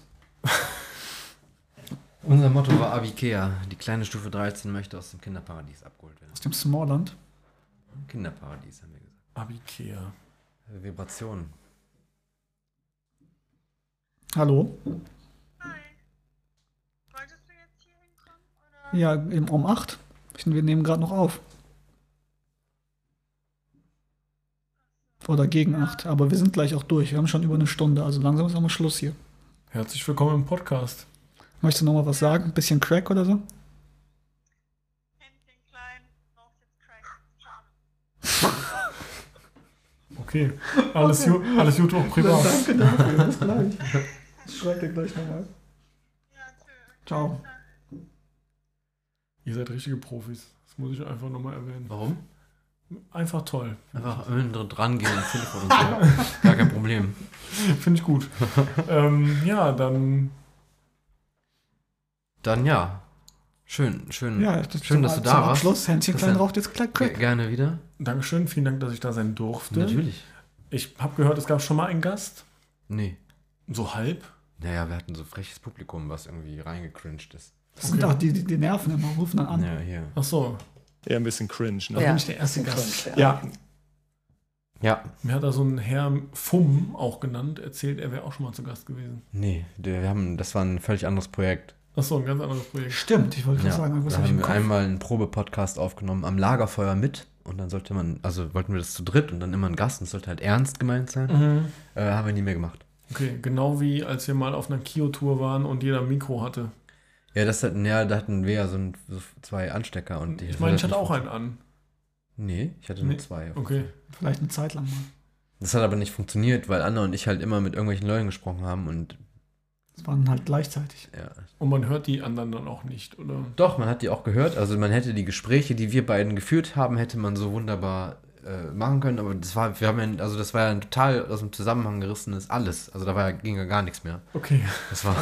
Unser Motto war Avikea. Die kleine Stufe 13 möchte aus dem Kinderparadies abgeholt werden.
Aus dem Smallland.
Kinderparadies, haben wir gesagt.
Abikea.
Äh, Vibrationen.
Hallo? Ja, im um 8. Ich- Wir nehmen gerade noch auf. Oder gegen 8. Aber wir sind gleich auch durch. Wir haben schon über eine Stunde. Also langsam ist auch mal Schluss hier.
Herzlich willkommen im Podcast.
Möchtest du noch mal was sagen? Ein bisschen Crack oder so?
Okay. Alles, okay. Ju alles Jute auch privat.
Danke dafür. Bis gleich. Ich schreibe dir gleich nochmal. Ciao.
Ihr seid richtige Profis. Das muss ich einfach nochmal erwähnen.
Warum?
Einfach toll.
Einfach irgendwo dran gehen, Telefon und so. Gar kein Problem.
Finde ich gut. ähm, ja, dann.
Dann ja. Schön, schön, schön, dass du da warst.
Schluss, Händchen
Das
klein
dann-
raucht jetzt klein
Ge- Gerne wieder.
Dankeschön, vielen Dank, dass ich da sein durfte.
Natürlich.
Ich habe gehört, es gab schon mal einen Gast.
Nee.
So halb.
Naja, wir hatten so freches Publikum, was irgendwie reingecringed ist.
Das sind auch die, die, die Nerven immer, rufen dann an.
Ja, hier.
Ach so.
Eher ein bisschen cringe,
Da
ne?
bin ich der erste Gast.
Ja.
Ja.
Mir hat da so ein Herr Fumm auch genannt, erzählt, er wäre auch schon mal zu Gast gewesen.
Nee, der- wir haben, das war ein völlig anderes Projekt.
Ach so, ein ganz anderes Projekt.
Stimmt, ich wollte gerade
Ja,
sagen, irgendwas
da
habe ich
haben
im
wir
Kopf.
einmal einen Probe-Podcast aufgenommen am Lagerfeuer mit und dann sollte man, also wollten wir das zu dritt und dann immer einen Gast und es sollte halt ernst gemeint sein.
Mhm.
Äh, haben wir nie mehr gemacht.
Okay, genau wie als wir mal auf einer Kio-Tour waren und jeder ein Mikro hatte.
Ja, das hatten, ja, da hatten wir ja so, ein, so zwei Anstecker und die
Ich meine, ich
das
hatte auch
nicht
einen an.
funktio- Nee, ich hatte nur
Nee,
zwei.
Okay.
Vielleicht eine Zeit lang mal.
Das hat aber nicht funktioniert, weil Anna und ich halt immer mit irgendwelchen Leuten gesprochen haben und
Das waren halt gleichzeitig.
ja.
Und man hört die anderen dann auch nicht, oder?
Doch, man hat die auch gehört. Also man hätte die Gespräche, die wir beiden geführt haben, hätte man so wunderbar äh, machen können. Aber das war, wir haben ja, also das war ja ein total aus dem Zusammenhang gerissenes alles. Also da war, ja- ging ja gar nichts mehr.
Okay.
Das war.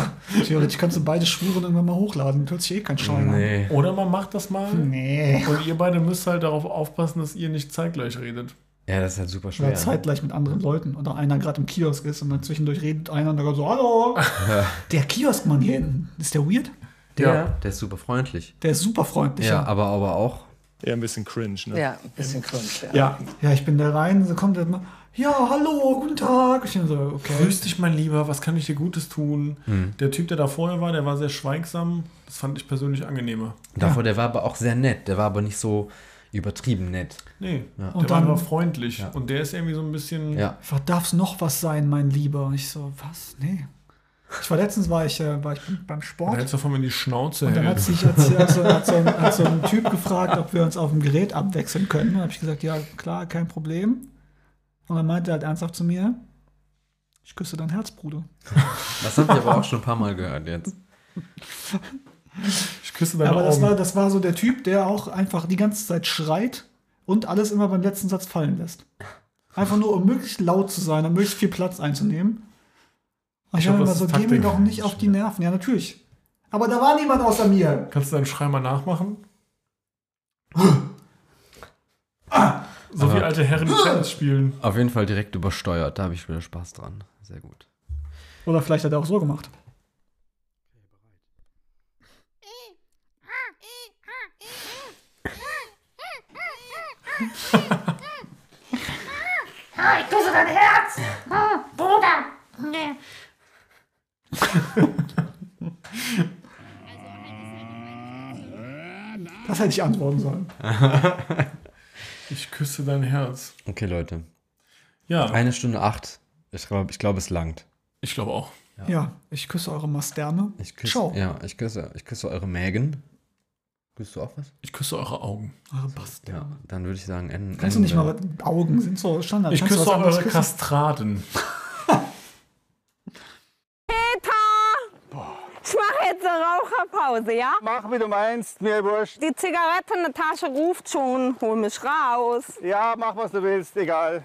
Theoretisch kannst du beide Spuren irgendwann mal hochladen. Hört sich eh kein Schein an.
nee.
Oder man macht das mal.
Hm. Nee.
Und ihr beide müsst halt darauf aufpassen, dass ihr nicht zeitgleich redet.
Ja, das ist halt super schwer.
Oder zeitgleich mit anderen Leuten. Oder einer gerade im Kiosk ist und dann zwischendurch redet einer und dann so, hallo. der Kioskmann hier hinten, ist der weird?
Der, der ist super freundlich.
Der ist super freundlich.
Ja, aber, aber auch.
Eher ein bisschen cringe, ne?
Ja, ein bisschen cringe. Ja.
Ja.
Ja, ich bin da rein, so kommt er immer, ja, hallo, guten Tag. Ich bin so, okay.
Grüß dich, mein Lieber, was kann ich dir Gutes tun?
Mhm.
Der Typ, der da vorher war, der war sehr schweigsam. Das fand ich persönlich angenehmer.
Davor, der war aber auch sehr nett. Der war aber nicht so übertrieben nett.
Nee,
Ja.
der
Und
war
dann-
aber freundlich. Und der ist irgendwie so ein bisschen.
Ja.
Ich war, darf's noch was sein, mein Lieber? Und ich so, was? Nee. Ich war letztens war ich, äh, war ich beim
Da
Sport.
hättest du davon, wenn die Schnauze
Und dann
hält.
hat sich hat, sie- hat, so, hat, so, ein, hat so ein Typ gefragt, ob wir uns auf dem Gerät abwechseln können. Dann habe ich gesagt, ja, klar, kein Problem. Und dann meinte er halt ernsthaft zu mir, ich küsse dein Herz, Bruder.
Das habe ich aber auch schon ein paar Mal gehört jetzt.
ich küsse deine
Aber das
Augen.
war, das war so der Typ, der auch einfach die ganze Zeit schreit und alles immer beim letzten Satz fallen lässt. Einfach nur, um möglichst laut zu sein, um möglichst viel Platz einzunehmen. Und
Ich
ich habe
glaub,
immer
das
so,
ist
geh mir
Taktik.
doch nicht auf die Nerven. Ja, natürlich. Aber da war niemand außer mir.
Kannst du deinen Schrei mal nachmachen?
Ah!
so
Aber-
wie alte Herren die Tennis spielen.
Auf jeden Fall direkt übersteuert. Da habe ich wieder Spaß dran. Sehr gut.
Oder vielleicht hat er auch so gemacht.
Ah, ich küsse dein Herz! Hm, Bruder! Nee.
Das hätte ich antworten sollen.
Ich küsse dein Herz.
Okay, Leute.
Ja,
Eine Stunde acht. Ich glaube, ich glaub, es langt.
ich glaube auch.
Ja, ich küsse eure Masterne.
Ich küsse,
Ciao.
Ja, ich küsse, ich küsse eure Mägen. Küsst du auch was?
Ich küsse eure Augen.
Eure Basterne.
Ja, dann äh, würde ich sagen, enden.
Kannst du nicht mal
enden
was? Augen sind so Standard.
Ich
Kannst du
küsse
was
auch
anderes
eure
küssen?
Kastraten.
Peter! Ich mache jetzt eine Raucherpause, ja?
Mach, wie du meinst, mir wurscht.
Die Zigarette in der Tasche ruft schon, hol mich raus.
Ja, mach, was du willst, egal.